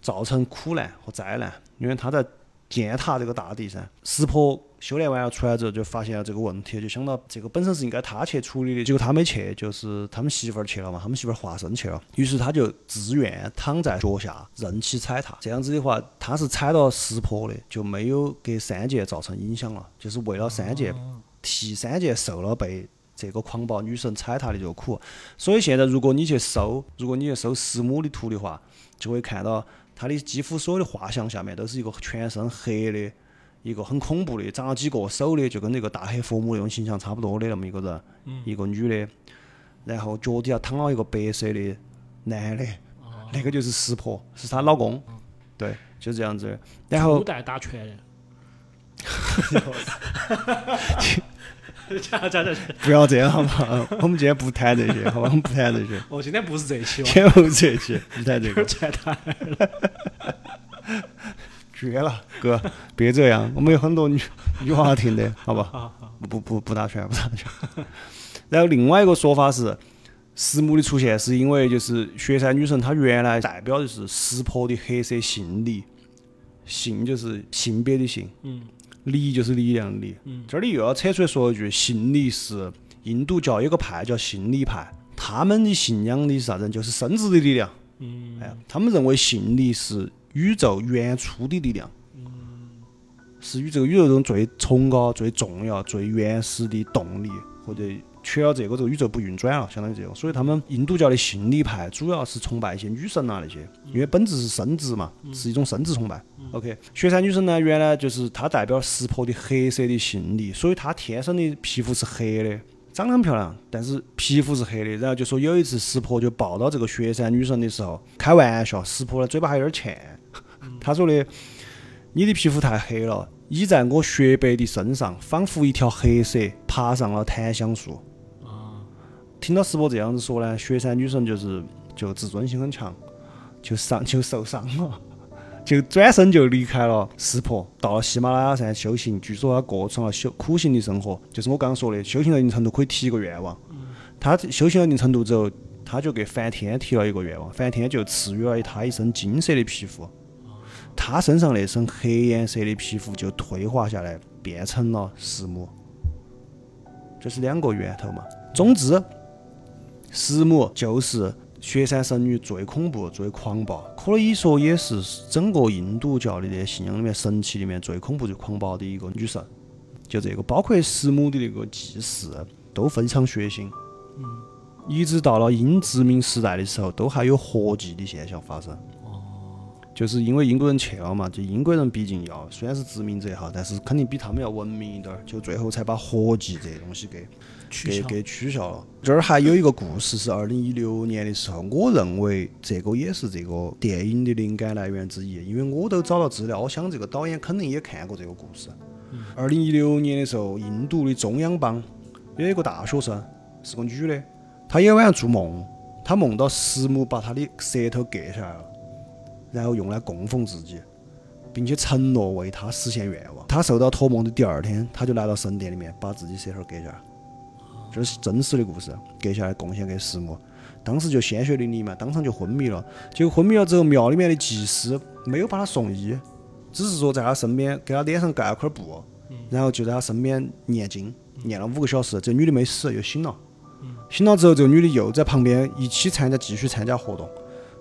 A: 造成苦难和灾难，因为他在践踏这个大地噻。石婆修炼完了出来之后，就发现了这个问题，就想到这个本身是应该他去处理的，结果他没去，就是他们媳妇儿去了嘛，他们媳妇儿化身去了，于是他就自愿躺在脚下任其踩踏。这样子的话，他是踩到石婆的，就没有给三界造成影响了，就是为了三界替三界受了被这个狂暴女神踩踏的这个苦。所以现在如果你去搜，如果你去搜石母的图的话，就会看到她的几乎所有的画像下面都是一个全身黑的，一个很恐怖的，长了几个手的，就跟那个大黑佛母那种形象差不多的那么一个人，一个女的，然后脚底下躺了一个白色的男的，那个就是石婆，是她老公，对，就这样子。然后
B: 古代打 拳 的，嗯加加加，
A: 不要这样好嘛，我们今天不谈这些，好吧，我们不谈这些，
B: 我今天不是这一期吧？
A: 先不这些，不谈这
B: 有
A: 个
B: 点。太大，
A: 绝了，哥，别这样，我们有很多女女娃娃听的，好吧？不不不打拳，不打拳。 然后另外一个说法是，石母的出现是因为就是雪山女神她原来代表的是石婆的黑色性力，性就是性别的性，
B: 嗯，
A: 力就是力量的力。
B: 嗯
A: 这里又要扯出来说一句，性力是印度教有个派叫性力派，他们的信仰的是啥子？就是生殖的力量。
B: 嗯，
A: 哎，他们认为吸引力是宇宙原初的力量，是宇宙宇宙中最崇高、最重要、最原始的动力，或者缺了这个，这个宇宙不运转了，啊相当于这个。所以他们印度教的吸引力派主要是崇拜一些女神啊那些，因为本质是生殖嘛，是一种生殖崇拜。OK，雪山女神呢，原来就是她代表石婆的黑色的吸引力，所以她天生的皮肤是黑的。长得很漂亮，但是皮肤是黑的。然后就说有一次石婆就抱到这个雪山女神的时候，开玩笑，石婆的嘴巴还有点欠，她说的：“你的皮肤太黑了，倚在我雪白的身上，仿佛一条黑蛇爬上了檀香树。”
B: 啊，
A: 听到石婆这样子说呢，雪山女神就是就自尊心很强，就伤就受伤了，就转身就离开了石坡，到了喜马拉雅山修行。据说他过上了修苦行的生活，就是我刚刚说的，修行到一定程度可以提一个愿望。他修行到一定程度之后，他就给梵天提了一个愿望，梵天就赐予了他一身金色的皮肤，他身上那身黑颜色的皮肤就退化下来，变成了石母。这是两个源头嘛。总之，石母就是雪山神女最恐怖、最狂暴，可以说也是整个印度教的这些信仰里面神奇里面最恐怖、最狂暴的一个女神。就这个，包括石母的那个祭祀都非常血腥。嗯。一直到了英殖民时代的时候，都还有活祭的现象发生。就是因为英国人去了嘛，就英国人毕竟要虽然是殖民者哈，但是肯定比他们要文明一点儿，就最后才把活祭这东西给
B: 取
A: 给
B: 消。
A: 给取消了。这儿还有一个故事是二零一六年的时候，我认为这个也是这个电影的灵感来源之一，因为我都找到资料，我想这个导演肯定也看过这个故事。
B: 嗯
A: 二零一六年的时候，印度的中央邦有一个大学生是个女的，她也晚上做梦，她梦到石母把她的舌头割下来了，然后用来供奉自己。并且承诺为她实现愿望。她受到托梦的第二天，她就来到神殿里面，把自己舌头割下来。这是真实的故事，割下来贡献给石母。当时就鲜血淋漓嘛，当场就昏迷了。结果昏迷了之后，庙里面的祭司没有把他送医，只是说在他身边给他脸上盖了块布，然后就在他身边念经，念了五个小时。这女的没死，又醒了。醒了之后，这个女的又在旁边一起参加，继续参加活动，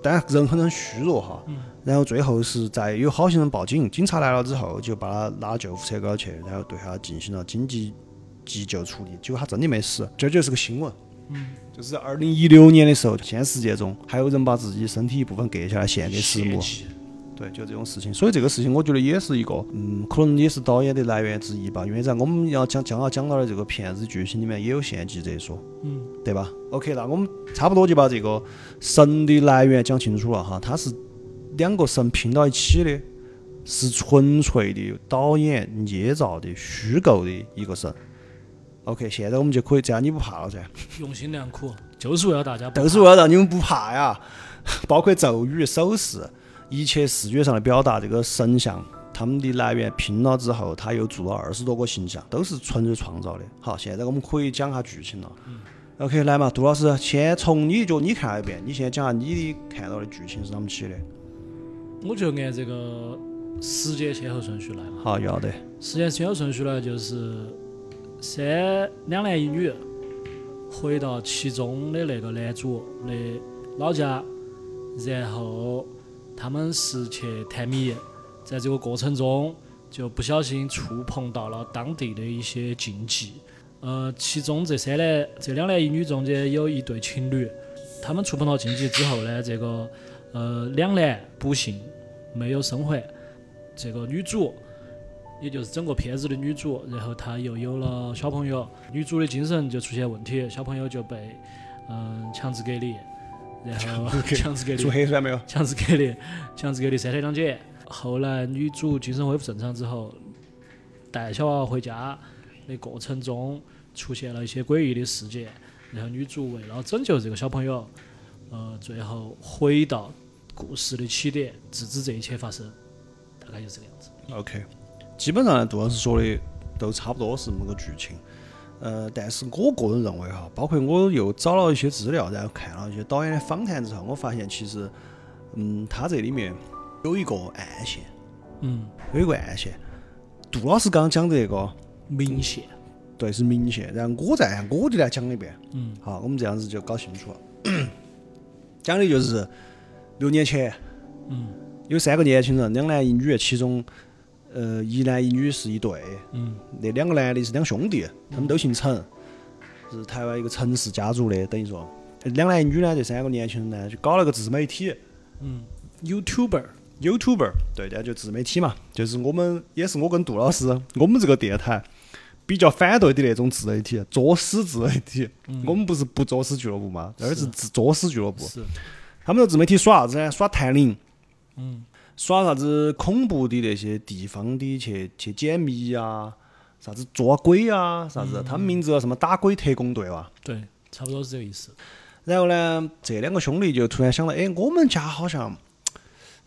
A: 但人很很虚弱哈。然后最后是在有好心人报警，警察来了之后就把她拉救护车高去，然后对她进行了紧急急救处理，结果他真的没死，这就是个新闻。嗯，就是二零一六年的时候，现实界中还有人把自己身体一部分割下来献给石母，对，就这种事情。所以这个事情，我觉得也是一个，嗯，可能也是导演的来源之一吧。因为在我们要讲将要讲到的这个片子剧情里面，也有献祭这一说，嗯，对吧？OK，那我们差不多就把这个神的来源讲清楚了哈。它是两个神拼到一起的，是纯粹的导演捏造的虚构的一个神。OK，现在我们就可以这样，你不怕了噻？
B: 用心良苦，就是为了大家不
A: 都是
B: 怕
A: 为了让你们啊不怕呀。包括咒语、手势，一切视觉上的表达，这个神像，他们的来源拼了之后，他又做了二十多个形象，都是纯粹创造的。好，现在我们可以讲下剧情了。OK，来嘛，杜老师，先从你就你看一遍，你先讲下你的看到的剧情是啷么起的。
B: 我就按这个时间先后顺序来嘛。
A: 好，要得。
B: 时间先后顺序呢，就是三两男一女回到其中的那个男主的老家，然后他们是去探秘，在这个过程中就不小心触碰到了当地的一些禁忌。呃，其中这三男这两男一女中间有一对情侣，他们触碰到禁忌之后呢，这个呃两男不幸没有生还，这个呃女主。也就是整个片子的女主，然后她又有了小朋友，女主的精神就出现问题，小朋友就被嗯、强制隔离，然后强制隔离
A: 做，黑出来没有？
B: 强制隔 离，强制隔离三天两检。后来女主精神恢复正常之后，带小娃娃回家的过程中出现了一些诡异的事件，然后女主为了拯救这个小朋友，呃，最后回到故事的起点，制止这一切发生，大概就是这个样子。
A: OK，基本上呢杜老师说的都差不多是这么个剧情。呃，但是我个人认为哈，包括我又找了一些资料，然后看了一些导演的访谈之后，我发现其实，嗯，他这里面有一个暗线，
B: 嗯，
A: 有一个暗线。杜老师刚刚讲的这个，
B: 明显，
A: 对，是明线。然后我再按我的来讲一遍。
B: 嗯，
A: 好，我们这样子就搞清楚了。 讲的就是六年前，
B: 嗯
A: 有三个年轻人，两男一女，其中，呃，一男一女是一对，
B: 嗯
A: 那两个男的是两兄弟，他们都姓陈，是台湾一个陈氏家族的，等于说两男一女呢，这三个年轻人呢就搞了个自媒体
B: 嗯，YouTuber，
A: ，YouTuber，对，那就自媒体嘛，就是我们也是我跟杜老师，我们这个电台比较反对的那种自媒体，作死自媒体，我们不是不作死俱乐部嘛，那儿是
B: 是
A: 自作死俱乐部，
B: 是，
A: 他们这自媒体耍啥子呢？耍探灵。
B: 嗯
A: 耍啥子恐怖的那些地方的去去解谜啊，啥子抓鬼啊，啥子，他们名字叫什么打鬼特工队哇、
B: 对，差不多是这个意思。
A: 然后呢，这两个兄弟就突然想到，哎，我们家好像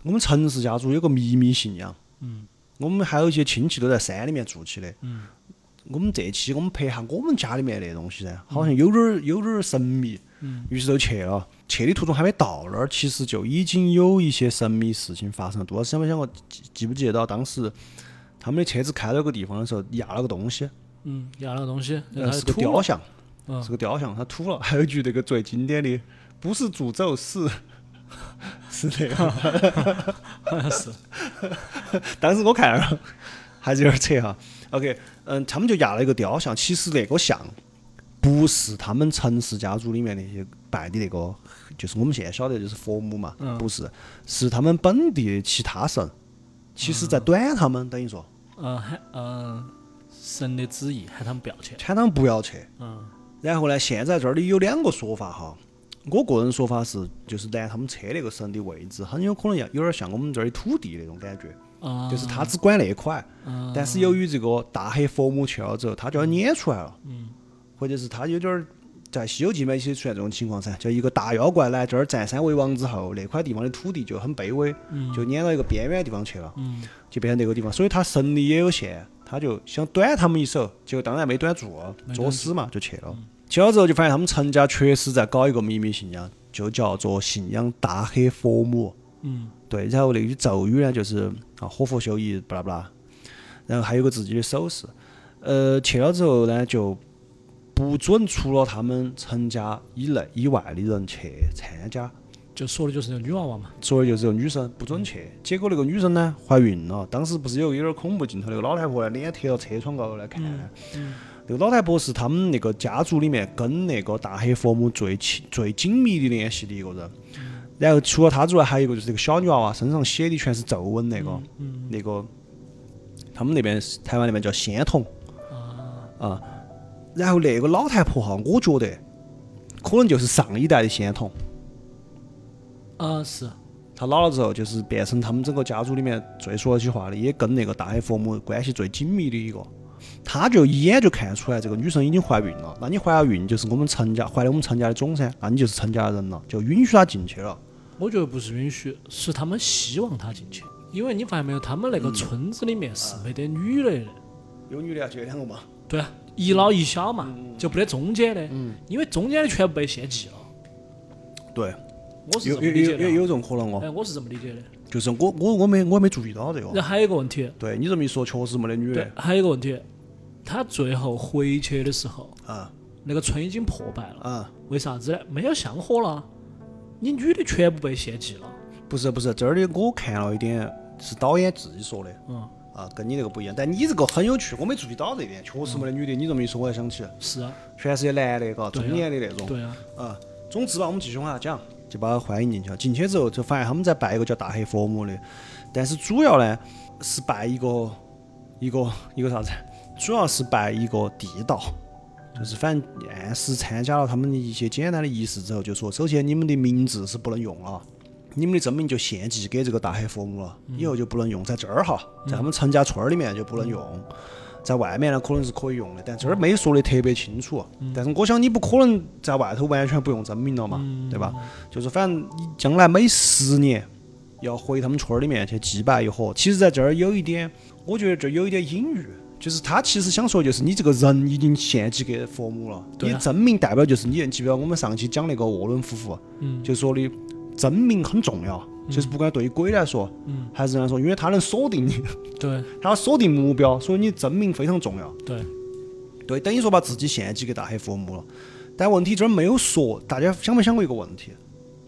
A: 我们陈氏家族有个秘密信仰，
B: 嗯
A: 我们还有一些亲戚都在山里面住起的。
B: 嗯
A: 我们这期我们拍下我们家里面的东西噻，好像有点儿有点儿神秘，
B: 嗯
A: 于是就去了。去的途中还没到那儿，其实就已经有一些神秘事情发生了。杜老师想没想过，记记不记得到当时他们的车子开到个地方的时候压了个东西，
B: 嗯，要那个东西，
A: 呃，
B: 它
A: 是个
B: 吐
A: 雕
B: 了，
A: 像，
B: 嗯
A: 是个雕像，它吐了。 还有一句那个最经典的，不是诅咒，是是那个。
B: 好像是，
A: 当时我看了，还是有点扯哈。OK，嗯，他们就压了一个雕像，其实那个像不是他们陈氏家族里面那些拜的那个，就是我们现在晓得就是佛母嘛，
B: 嗯
A: 不是，是他们本地的其他神，其实在短他们，等于说，
B: 嗯喊嗯神的旨意喊他们不要去，
A: 喊他们不要去。
B: 嗯
A: 然后呢，现在这里有两个说法哈。我个人说法是，就是南他们车那个神的位置，很有可能要有点像我们这儿的土地那种感觉，
B: 啊，
A: 就是他只管那一块。
B: 嗯
A: 但是由于这个大黑佛母去了之后，他就要撵出来了，
B: 嗯
A: 或者是他有点儿在《西游记》里面也出现这种情况噻，就一个大妖怪来这儿占山为王之后，那块地方的土地就很卑微，
B: 嗯
A: 就撵到一个边缘的地方去了，
B: 嗯
A: 就变成那个地方，所以他神力也有限，他就想短他们一手，结果当然没短住，作死嘛就去了。
B: 嗯
A: 去了之后就发现他们陈家确实在搞一个秘密信仰，就叫做信仰大黑佛母。
B: 嗯
A: 对，然后那句咒语呢，就是啊，活佛修一，不啦不啦，然后还有个自己的手势。呃，去了之后呢，就不准除了他们陈家以内以外的人去参加，
B: 就说的就是那个女娃娃嘛，
A: 说的就是有女生不准去。结果那个女生呢，怀孕了。当时不是有有点恐怖镜头，那个老太婆呢，脸贴到车窗高头来
B: 嗯
A: 看。那个老太婆是他们那个家族里面跟那个大黑佛母最亲、最紧密的联系的一个人。然后除了她之外，还有一个就是这个小女娃娃身上写的全是皱纹，那个、
B: 嗯
A: 那个，他们那边是台湾那边叫仙童
B: 啊
A: 啊。然后那个老太婆哈，我觉得可能就是上一代的仙童。
B: 啊是，
A: 他老了之后，就是变成他们整个家族里面最说得起话的，也跟那个大黑佛母关系最紧密的一个。他就一眼就看出来这个女生已经怀孕了，那你怀了孕就是我们陈家怀了我们陈家的种噻，那你就是陈家的人了，就允许她进去了。
B: 我觉得不是允许，是他们希望她进去，因为你发现没有，他们那个村子里面是没得女的的，
A: 有女的啊，就有两个嘛。
B: 对啊，一老一小嘛，就没得中间的，因为中间的全部被献祭了，
A: 对，
B: 我是
A: 有
B: 这么
A: 有
B: 理
A: 有
B: 解
A: 有
B: 的
A: 有这种可能哦，
B: 啊，哎，我是这么理解的。
A: 就是我我我没我没注意到这
B: 然后
A: 个。
B: 还有一个问题，
A: 对你这么一说，确实没得女
B: 对
A: 的，
B: 还有一个问题，他最后回去的时候，
A: 啊
B: 那个村已经破败了，
A: 啊，
B: 为啥子呢？没有香火了，你女的全部被献祭了，
A: 不是不是，这儿的我看了一点是导演自己说的，
B: 嗯，
A: 啊，跟你那个不一样。但你这个很有趣，我没注意到这一点，确实没得女的。你这么一说，我才想起，
B: 是啊，
A: 全是些男的，嘎，中年的那种。
B: 对啊，
A: 啊，总之吧，我们继续往下讲，就把他欢迎进去了。进去之后，就发现他们在拜一个叫大黑佛母的，但是主要呢是拜一个一个一个啥子？主要是拜一个地道。就是反正暗示参加了他们的一些简单的仪式之后，就说首先你们的名字是不能用了，你们的真名就献祭给这个大黑佛母了，以后就不能用在这儿哈，在他们陈家村儿里面就不能用，在外面呢可能是可以用的，但这儿没说的特别清楚。啊
B: 嗯
A: 但是我想你不可能在外头完全不用真名了嘛，
B: 嗯
A: 对吧？就是反正你将来每十年要回他们村儿里面去祭拜一伙。其实在这儿有一点，我觉得这儿有一点隐喻。就是他其实想说，就是你这个人已经献祭给佛母了，
B: 对啊
A: 你真名代表就是你。记不记得我们上期讲那个沃伦夫妇，啊
B: 嗯
A: 就说的真名很重要，就是不管对于鬼来说，
B: 嗯，
A: 还是来说，因为它能锁定你，
B: 对
A: 它锁定目标，所以你真名非常重要。
B: 对，
A: 对，等于说把自己献祭给大黑佛母了。但问题这儿没有说，大家想没想过一个问题？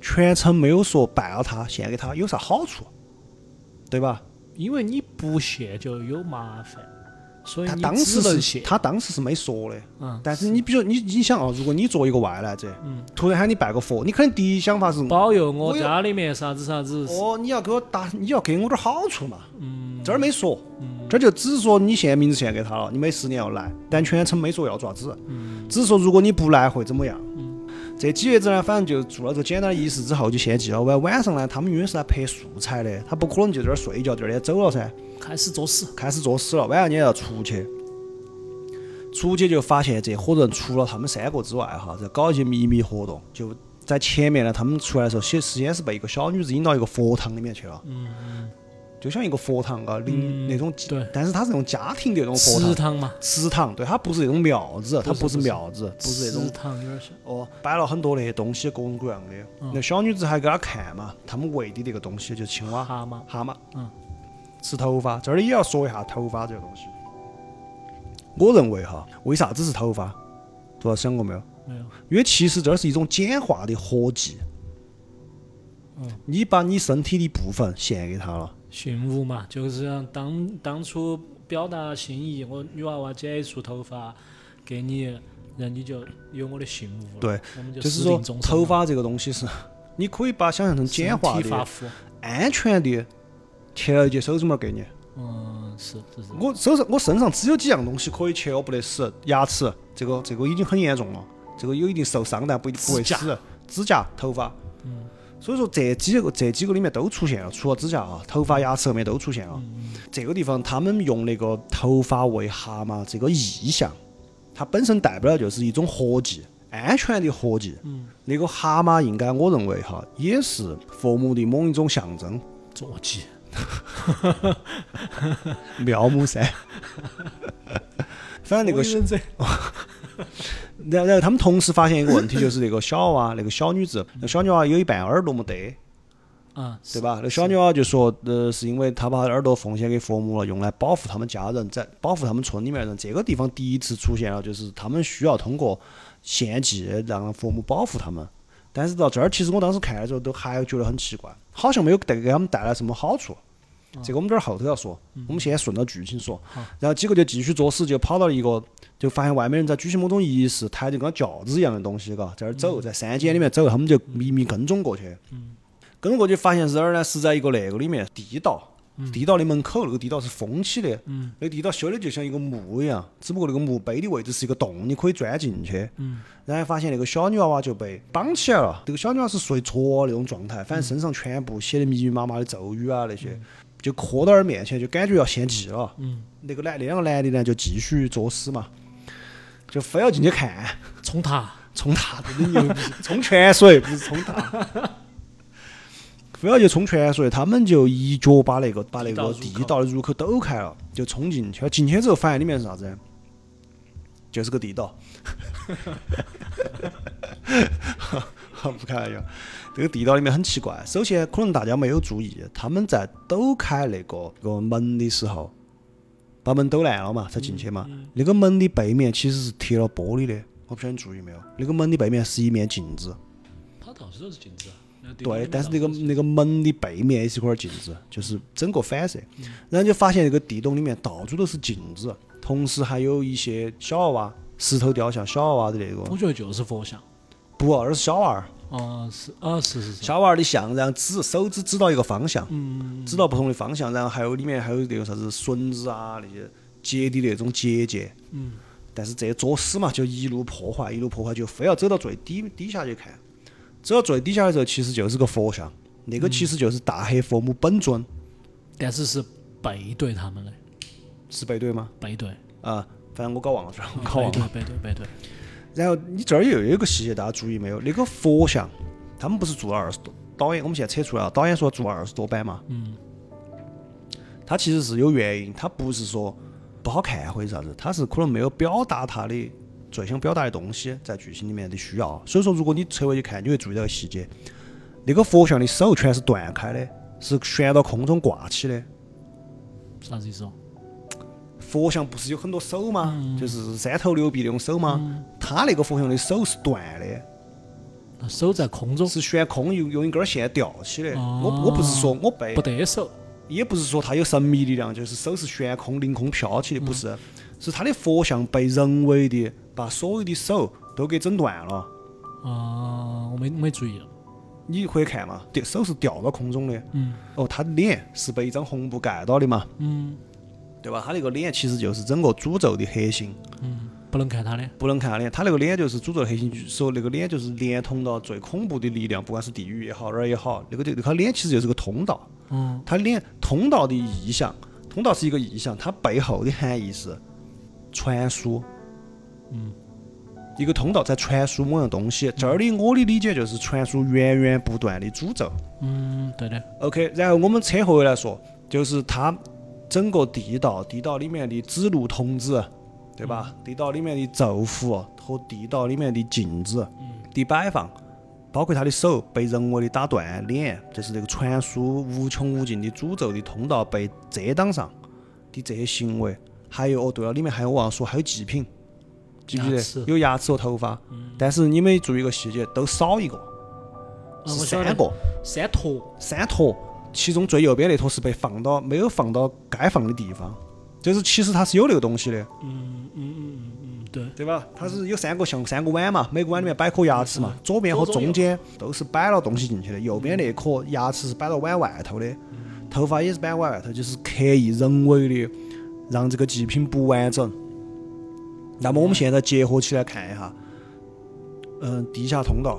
A: 全程没有说拜了他，献给他有啥好处，对吧？
B: 因为你不献就有麻烦，所以
A: 他
B: 你
A: 当
B: 只
A: 时
B: 能
A: 是
B: 献，
A: 他当时是没说的，
B: 嗯，
A: 但是你比如你你想啊，如果你作为一个外来者，突然喊你拜个佛，你肯定第一想法是
B: 保佑
A: 我
B: 我
A: 有
B: 家里面啥子啥子，
A: 哦，你要给我打，你要给我点儿好处嘛。
B: 嗯，
A: 这儿没说，这儿就只是说你现在名字献给他了，你每十年要来，但全程没说要爪子，
B: 嗯
A: 只是说如果你不来会怎么样。这几月子呢，反正就做了这个简单的仪式之后就献祭了。晚晚上呢，他们因为是来拍素材的，他不可能就在这儿睡一觉，第二天走了噻，
B: 开始作死，
A: 开始作死了。晚上你也要出去，出去就发现这伙人除了他们三个之外，哈，在搞一些秘密活动，就在前面呢，他们出来的时候，先先是被一个小女子引到一个佛堂里面去了，
B: 嗯，
A: 就像一个佛堂啊，灵
B: 嗯
A: 那种，
B: 对，
A: 但是它是那种家庭的那种佛
B: 祠
A: 堂，
B: 堂嘛，
A: 祠堂，对，它不是那种庙子，它
B: 不是
A: 是庙子，不是那种
B: 祠堂有点像，
A: 哦，摆了很多那些东西，各种各样的。
B: 嗯
A: 那小女子还给他看嘛，他们喂的那个东西就是青蛙、
B: 蛤蟆，
A: 蛤蟆，
B: 嗯，
A: 吃头发。这儿也要说一下头发这个东西。我认为哈，为啥子是头发？不知道想过没有？
B: 没有，
A: 因为其实这是一种简化的合计。
B: 嗯
A: 你把你身体的部分献给他了，
B: 驯物嘛，就是像当当初表达心意，我女娃娃剪一束头发给你，然后你就有我的驯物了，
A: 对，
B: 我们
A: 就
B: 私
A: 是
B: 定
A: 说
B: 终身
A: 头
B: 了
A: 发这个东西是，你可以把它想象成简化
B: 身体发
A: 的、
B: 肤，
A: 安全的，切了一截手指拇儿给你。
B: 嗯，是是是，
A: 我手上我身上只有几样东西可以切，我不得死。牙齿，这个这个已经很严重了，这个有一定受伤，但不一定不会
B: 指
A: 死。指甲、头发，
B: 嗯
A: 所以说这几个这几个里面都出现了，除了指甲啊，头发、牙齿后面都出现了。
B: 嗯
A: 这个地方他们用那个头发为蛤蟆这个意象，它本身代表的就是一种活计，安全的活计。
B: 嗯，
A: 那个蛤蟆应该我认为哈，也是佛母的某一种象 征，
B: 坐骑，
A: 妙木山。 反正那个
B: 忍者，
A: 然然后他们同时发现一个问题，就是那个小娃，那个小女子，那小女娃有一半耳朵没得，
B: 啊，
A: 对
B: 是
A: 吧？那小女娃就说，呃，是因为她把她的耳朵奉献给佛母了，用来保护他们家人，在保护他们村里面的人。这个地方第一次出现了，就是他们需要通过献祭让佛母保护他们。但是到这儿，其实我当时看的时候都还觉得很奇怪，好像没有带给他们带来什么好处。这个我们这儿后头要说，我们先顺着剧情说。然后几个就继续作死，就跑到一个，就发现外面人在举行某种仪式，抬着跟轿子一样的东西，嘎，在那儿走，在山间里面走，他们就秘密跟踪过去。跟踪过去发现是哪儿呢？是在一个那个里面地道，
B: 嗯
A: 地道的门口，那个地道是封起的，那个地道修的就像一个墓一样，只不过那个墓碑的位置是一个洞，你可以钻进去。
B: 嗯
A: 然后发现那个小女娃娃就被绑起来了，这个小女娃是睡着那种状态，反正身上全部写的密密麻麻的咒语啊那些，就磕到人面前，就感觉要献祭了。
B: 嗯，
A: 那个男那两个男的呢就继续作死嘛，就非要进去看，
B: 冲塔，
A: 冲他真的牛逼，冲泉水不是冲他，非要去冲泉水，他们就一脚把那个把那个
B: 地
A: 地
B: 道
A: 道的入口抖开了，就冲进去了。进去之后发现里面是啥子？就是个地道， 好不开玩笑，这个地道里面很奇怪。首先，可能大家没有注意，他们在抖开那个那个门的时候，把门抖烂了嘛，才进去嘛。那个门的背面其实是贴了玻璃的，我不晓得你注意没有？那个门的背面是一面镜子，
B: 它到处都是镜子啊，那个地方里
A: 对，
B: 面
A: 但是
B: 到
A: 那
B: 处
A: 个
B: 都
A: 那个门的背面也是一块镜子，就是整个反射。然后就发现那个地洞里面到处都是镜子，同时还有一些小娃娃、石头雕像、小娃娃的那个
B: 我觉得就是佛像，
A: 不，二是小娃儿，
B: 哦，是啊，是是是，
A: 小娃儿的像，然后指手指指到一个方向，
B: 嗯，
A: 指到不同的方向，然后还有里面还有那个啥子绳子啊那些结的那种结界，
B: 嗯，
A: 但是这作死嘛，就一路破坏，一路破坏，就非要走到最底底下去看，走到最底下的时候，其实就是个佛像，那个其实就是大黑佛母本尊，
B: 但是是背对他们的，
A: 是背对吗？
B: 背对，
A: 啊，反正我搞忘了，这儿我搞
B: 背
A: 忘了。
B: 对，背对，背对，
A: 然后你这儿又有一个细节，大家注意没有？那个佛像，他们不是做了二十多，导演我们现在扯出来了，导演说做了二十多版嘛，
B: 嗯，
A: 他其实是有原因，他不是说不好看或者啥子，他是可能没有表达他的最想表达的东西在剧情里面的需要。所以说，如果你侧回去看，你会注意到个细节，那个佛像的手全是断开的，是悬到空中挂起的。
B: 啥子意思哦？
A: 佛像不是有很多手吗？就是三头六臂那种手吗？他那个佛像的手是断的。
B: 那手在空中，
A: 是悬空用用一根线吊起的。
B: 哦
A: 我我不是说我被
B: 不，得手，
A: 也不是说它有神秘力量，就是手是悬空凌空飘起的，不
B: 嗯
A: 是，是它的佛像被人为的把所有的手都给整断了。
B: 啊，我没没注意，
A: 你可以看嘛，吊手是吊到空中的。
B: 嗯
A: 哦，他的脸是被一张红布盖到的嘛，
B: 嗯
A: 对吧？他那个脸其实就是整个诅咒的核心，
B: 嗯，不能看他的，
A: 不能看脸。他那个脸就是诅咒的核心，就是说那个脸就是连通到最恐怖的力量，不管是地狱也好，哪儿也好，那个就他脸其实就是个通道。
B: 嗯
A: 它连通道的意象，通道是一个意象，它背后的含义是传输。
B: 嗯，
A: 一个通道在传输某样东西。这儿的我的理解就是传输源源不断的诅咒。
B: 嗯，对的，
A: OK，然后我们扯回来说，就是它整个地道，地道里面的指路筒子，对吧？
B: 嗯
A: 地道里面的咒符和地道里面的镜子
B: 嗯
A: 的摆放，包括他的手被人为的打断，脸就是这个传输无穷无尽的诅咒的通道被遮挡上的这些行为，还有哦，对了，里面还有我忘了说，还有祭品，记不记
B: 牙
A: 得
B: 齿
A: 有牙齿和头发？但是你们注意一个细节，都少一个，
B: 嗯
A: 是
B: 我晓得
A: 三个。
B: 三坨，
A: 三坨，其中最右边那坨是被放到没有放到该放的地方，就是其实它是有那个东西的，
B: 嗯嗯嗯嗯，对，
A: 对吧？嗯它是有三个像三个碗嘛，每个碗里面摆颗牙齿嘛，左边和中间都是摆了东西进去的，右边那颗牙齿是摆到碗外头的，头发也是摆碗外头，就是刻意人为的让这个祭品不完整。那么我们现在结合起来看一下，嗯、地下通道、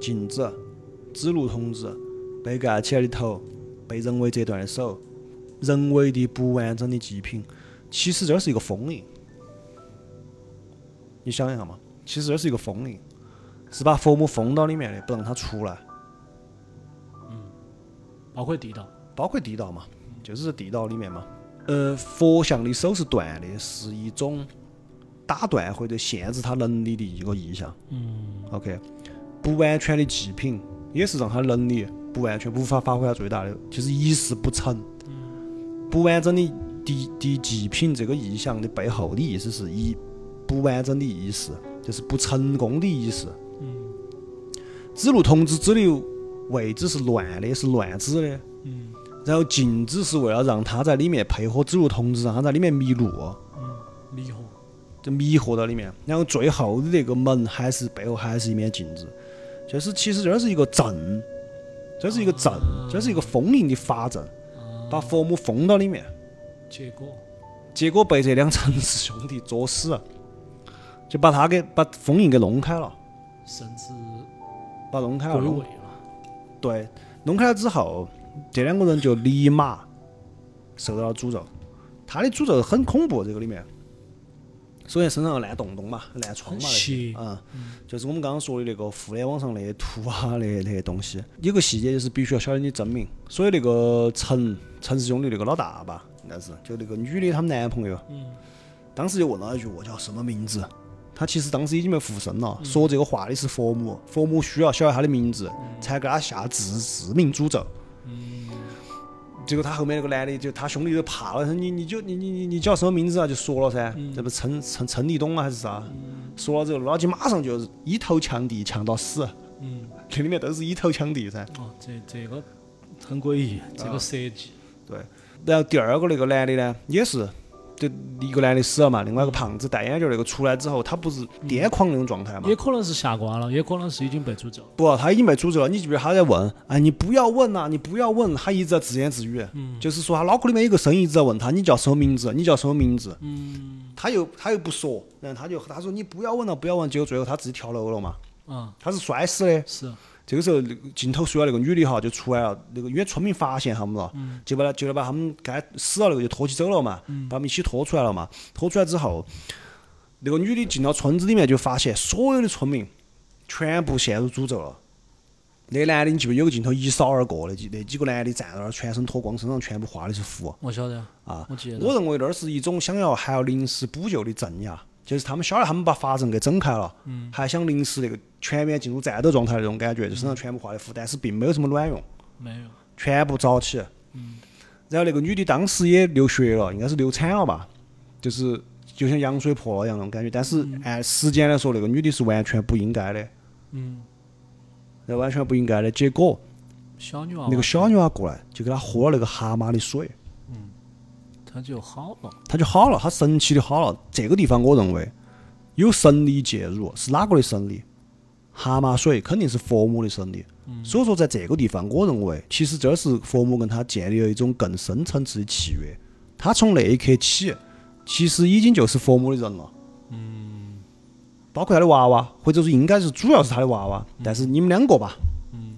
A: 镜子、指路筒子、被盖起来的头、被人为折断的手、人为的不完整的祭品，其实这是一个封印。你想一下嘛，其实这是一个封印，是把佛母封到里面的，不让他出来，
B: 包括地道，
A: 包括地道嘛，就是地道里面嘛。呃，佛像的手是断的，是一种打断或者限制他能力的一个意象。
B: 嗯
A: OK，不完全的祭品也是让他能力不完全无法发挥到最大的，就是一事不成。不完整的的的祭品这个意象的背后的意思是一不完整的意识，就是不成功的意识。
B: 嗯
A: 指路筒子指的位置是乱的，是乱指的。
B: 嗯
A: 然后静止是为了让他在里面配合指路筒子，让他在里面迷路。
B: 嗯，迷惑，
A: 就迷惑到里面，然后最后的那个门还是背后还是一面镜子，就是其实这是一个阵，这是一个阵，
B: 啊
A: 这是一个封印的法阵，把佛母封到里面，
B: 结果
A: 结果被这两陈氏兄弟作死，就把他给把封印给弄开了，
B: 甚至
A: 把弄开了
B: 归
A: 弄，
B: 位了，
A: 对，弄开了之后，这两个人就立马受到了诅咒，他的诅咒很恐怖，这个里面。首先身上有烂洞洞嘛，烂疮嘛
B: 很
A: 那些，
B: 邪，
A: 嗯，就是我们刚刚说的那个互联网上那些图啊，那些那些东西，有个细节就是必须要晓得你真名。所以那个陈陈氏兄弟那个老大吧，应该是就那个女的，他们男朋友，
B: 嗯
A: 当时就问了一句我叫什么名字。他其实当时已经被附身了，说这个话的是佛母，佛母需要晓得他的名字，才给他下致致命诅咒。结果他后面那个男的就他兄弟就怕了，他说你你就你你你你叫什么名字啊？就说了噻，这不陈陈陈立东啊还是啥？说了之后，老几马上就一头呛地，呛到死，
B: 嗯，
A: 这里面都是一头呛地噻。
B: 哦，这这个很诡异，这
A: 啊
B: 个设计，
A: 对，然后第二个那个男的呢，也是，就一个男的死了嘛，另外一个胖子戴眼镜那个出来之后，他不是癫狂那种状态嘛
B: 也？可能是下挂了，也可能是已经被诅咒了，
A: 不，他已经被诅咒了。你记不记得他在问？哎，你不要问呐、你不要问。他一直在自言自语，
B: 嗯
A: 就是说他脑壳里面有个声音一直在问他，你叫什么名字？你叫什么名字？
B: 嗯
A: 他又他又不说，然后他就他说你不要问啊了，不要问。结果最后他自己跳楼了嘛，
B: 啊，
A: 他是摔死的。
B: 是，
A: 这个时候，那个镜头随了那个女的哈就出来了，那个因为村民发现他们了，就把他就把他们该死了那个就拖起走了嘛，把他们一起拖出来了嘛。拖出来之后，那个女的进到村子里面就发现所有的村民全部陷入诅咒了。那男的，你记不记得有个镜头一扫而过的，那几个男的站在那儿，全身脱光，身上全部画的是符
B: 我晓得
A: 啊。
B: 我记得
A: 我认为那儿是一种想要还要临时补救的镇压，就是他们晓得他们把法阵给整开了，还想临时那个全面进入战斗状态那种感觉，就身上全部画的符，但是并没有什么卵用，
B: 没有，
A: 全部找起。然后那个女的当时也流血了，应该是流产了吧，就是就像羊水破了一样那种感觉。但是按时间来说，那个女的是完全不应该的，
B: 嗯，
A: 那完全不应该的。结果
B: 小女娃
A: 那
B: 娃
A: 个小女娃过来就给她喝了那个蛤蟆的水，
B: 她就好了，
A: 他就好了，他神奇的好了。这个地方我认为有神力介入，是哪个的神力？蛤蟆水肯定是佛母的神力。所以说，在这个地方，我认为其实这是佛母跟他建立了一种更深层次的契约。他从那一刻起，其实已经就是佛母的人了。
B: 嗯
A: 包括他的娃娃，或者说应该是主要是他的娃娃，
B: 嗯
A: 但是你们两个吧，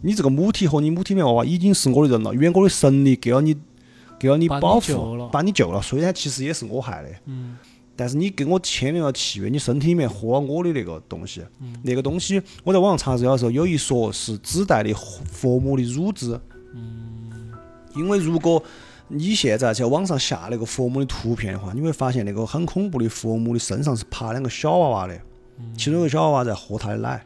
A: 你这个母体和你母体里面娃娃已经是我的人了，因为我的神力给了你，给了你
B: 把你
A: 保
B: 救了
A: 护，把你救了。虽然其实也是我害的，
B: 嗯
A: 但是你跟我签了个契约，你身体里面喝我的那个东西，
B: 嗯
A: 那个东西我在网上查资料的时候，有一说是指代的佛母的乳汁。
B: 嗯
A: 因为如果你现在在网上下那个佛母的图片的话，你会发现那个很恐怖的佛母的身上是爬两个小娃娃的，
B: 嗯
A: 其中一个小娃娃在喝她的奶。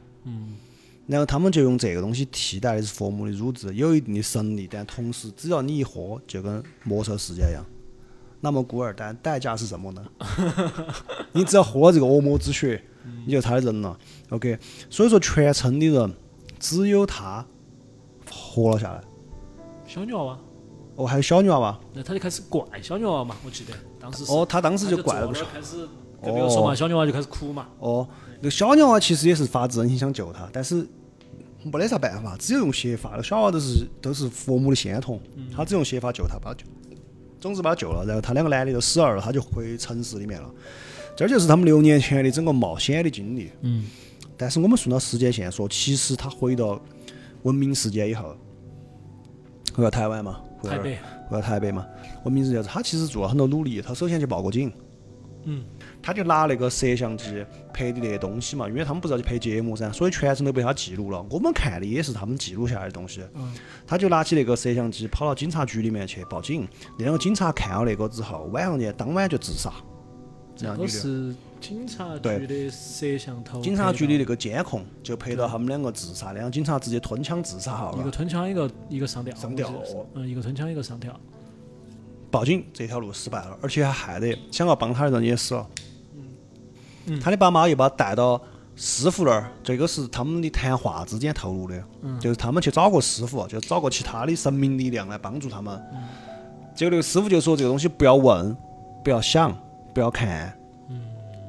A: 然后他们就用这个东西替代的是佛母的乳汁，有一定的神力，但同时只要你一喝，就跟魔兽世界 一样。那么孤儿，但代价是什么呢？你只要喝了这个恶魔之血，
B: 嗯
A: 你就他的人了。OK，所以说全村的人只有他活了下来。
B: 小鸟娃，
A: 哦，还有小女娃娃，
B: 那他就开始怪小鸟娃嘛，我记得当时是
A: 哦，他当时
B: 他
A: 就
B: 就
A: 怪
B: 坐
A: 不哦
B: 那
A: 下
B: 儿。开始跟别人说嘛，小鸟娃就开始哭嘛，
A: 哦，那个小鸟娃其实也是发自真心想救他，但是没得啥办法，只有用邪法。那小娃都是都是佛母的仙童，
B: 嗯
A: 他只用邪法救他，把他救，总之把他救了。然后他两个男的都死了，他就回城市里面了。这就是他们六年前的整个冒险的经历。嗯。但是我们顺到时间线说，其实他回到文明世界以后，回到台湾嘛，回到
B: 台北，
A: 回到台北嘛，文明世界，他其实做了很多努力。他首先去报过警，
B: 嗯，
A: 他就拿那个摄像机拍的那些东西嘛，因为他们不是要去拍节目噻，所以全程都被他记录了。我们看的也是他们记录下来的东西。
B: 嗯，
A: 他就拿起那个摄像机跑到警察局里面去报警，那两个警察看到那个之后，晚上去当晚就自杀。这样
B: 个
A: 女的。
B: 是警察局的摄像头，
A: 警察局的那个监控就拍到他们两个自杀，两个警察直接吞枪自杀好
B: 一个
A: 了。
B: 吞枪，一个一个上吊，
A: 上吊哦
B: 我记得是嗯，一个吞枪，一个上吊，
A: 报警这条路失败了，而且还害得想要帮他的人也死了。他的爸妈又把他带到师傅那儿，这个是他们的谈话之间透露的，就是他们去找过师傅，就找过其他的神明力量来帮助他们。结果那个师傅就说这个东西不要问，不要想，不要看。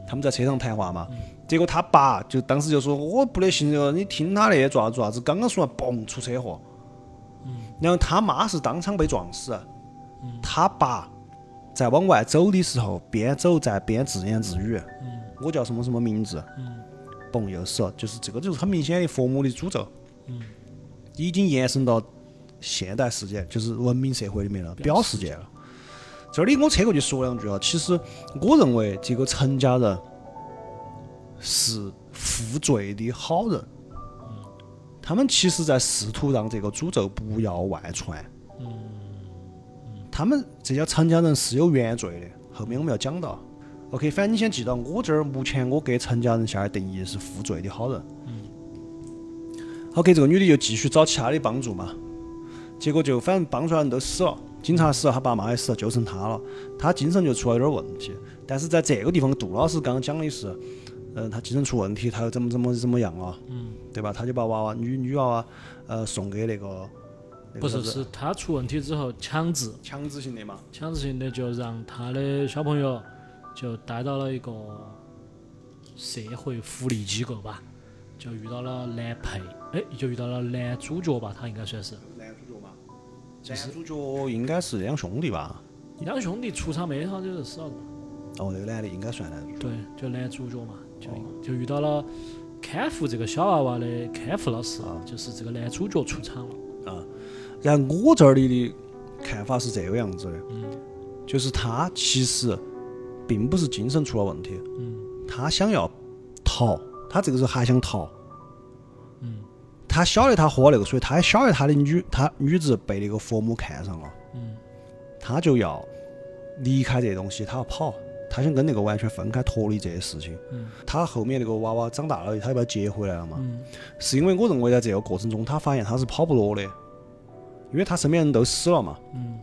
A: 他们在车上谈话嘛，结果他爸就当时就说：“我不得行了，你听他那些做啥子做啥子。”刚刚说完，嘣出车祸。然后他妈是当场被撞死，啊他爸在往外走的时候，边走在边自言自语：“我叫什么什么名字？”嘣又死了，就是这个就是很明显的佛母的诅咒。嗯已经延伸到现代世界，就是文明社会里面了，表世界了。这里我扯过去说两句啊，其实我认为这个陈家人是负罪的好人，嗯他们其实在试图让这个诅咒不要外传。他们这叫陈家人是有原罪的，后面我们要讲到。OK，反正你先记到我这儿，目前我给陈家人下的定义是负罪的好人。OK，这个女的就继续找其他的帮助嘛，结果就反正帮出来的人都死了，警察死了，他爸妈也死了，就剩他了，他精神就出了有点问题。但是在这个地方，杜老师刚刚讲的是，呃，他精神出问题，他又怎么怎么怎么样了，嗯，对吧？他就把娃娃女女娃娃呃送给那个，那
B: 不
A: 个
B: 是，
A: 啥子
B: 是他出问题之后强制
A: 强制性的嘛，
B: 强制性的就让他的小朋友就待到了一个社会福利机构吧，就遇到了男配，哎，就遇到了男主角吧，他应该算是
A: 男主角嘛，男主角应该是两兄弟吧？
B: 两兄弟出场没好久就死了，
A: 哦，那个男的应该算男主角。
B: 对，就男主角嘛，就、就遇到了看护这个小娃娃的看护老师，就是这个男主角出场了，
A: 然后我这里的看法是这个样子的，就是他其实并不是精神出了问题，他想要逃，他这个时候还想逃，他晓得他喝那个水，他也晓得他的女他女子被那个佛母看上了，他就要离开这东西，他要跑，他想跟那个完全分开，脱离这些事情。他后面那个娃娃长大了，他又把他接回来了嘛，
B: 嗯
A: 是因为我认为在这个过程中，他发现他是跑不落的，因为他身边人都死了嘛。
B: 嗯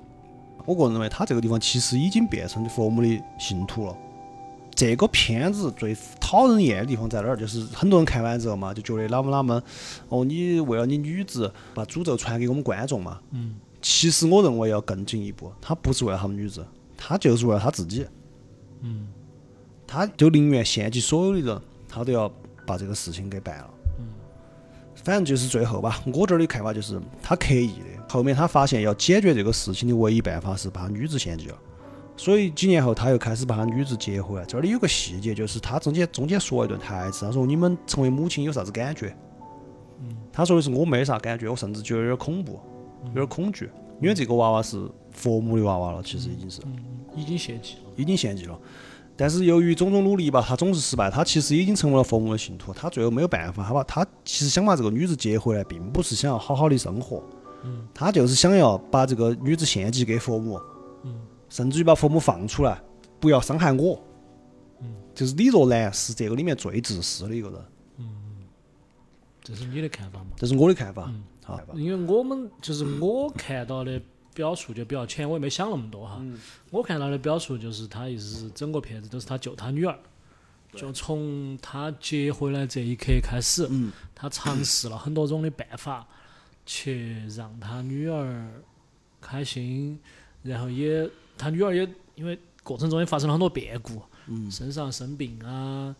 A: 我个人认为他这个地方其实已经变成佛母的信徒了。这个片子最讨人厌的地方在哪儿？就是很多人看完之后嘛，就觉得哪么哪么，哦，你为了你女子把诅咒传给我们观众嘛。
B: 嗯。
A: 其实我认为要更进一步，他不是为了他们女子，他就是为了他自己。
B: 嗯
A: 他就宁愿献祭所有的人，他都要把这个事情给办了。反正就是最后吧，我这儿的看法就是他刻意的。后面他发现要解决这个事情的唯一办法是把他女子献祭了，所以几年后他又开始把他女子接回来。这里有个细节，就是他中间中间说了一段台词，他说：“你们成为母亲有啥子感觉？”他说的是我没啥感觉，我甚至觉得有点恐怖，有点恐惧，因为这个娃娃是佛母的娃娃了，其实已经是。
B: 已经献祭了。
A: 已经献祭了。但是由于种种努力吧，他总是失败。他其实已经成为了佛母的信徒，他最后没有办法，他把他其实想把这个女子接回来，并不是想要好好的生活，嗯，他就是想要把这个女子献祭给佛母，
B: 嗯，
A: 甚至于把佛母放出来，不要伤害我，嗯，就是李若男是这个里面最自私的一个人，
B: 这是你的看法嘛？
A: 这是我的看
B: 嗯
A: 法，好，
B: 因为我们就是我看到的表述就比较浅，我也没想那么多哈。我看到的表述就是他意思是整个片子都是他救他女儿，就从他接回来这一刻开始，
A: 嗯
B: 他尝试了很多种的办法去让他女儿开心，然后也他女儿也因为过程中也发生了很多变故，
A: 嗯
B: 身上生病啊。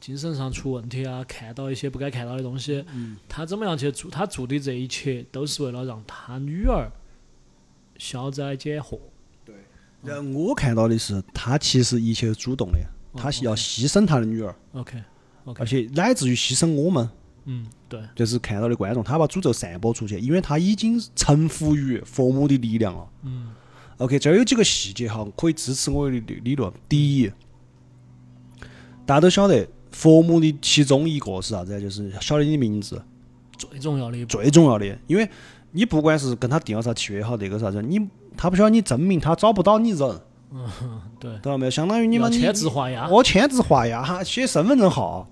B: 精神上出问题啊，看到一些不该看到的东西，
A: 嗯
B: 他怎么样去做？他做的这一切都是为了让他女儿消灾解惑。
A: 然后我看到的是，他其实一切是主动的，他
B: 嗯
A: 要牺牲他的女儿，
B: OK，
A: 而且乃至于牺牲我们，
B: 嗯，对，
A: 就是看到的观众，他把诅咒散播出去，因为他已经臣服于佛母的力量了。
B: 嗯
A: OK，这儿有几个细节哈，可以支持我的理理论。第一，大家都晓得佛母的其中一个是啥子啊？就是晓得你的名字，
B: 最重要的一步，
A: 最重要的，因为你不管是跟他定了啥契约也好，那个啥子，你他不晓得你真名，他找不到你人，
B: 对，
A: 懂了没有？相当于你
B: 要
A: 们
B: 签字画押，
A: 我签字画押，哈，写身份证号。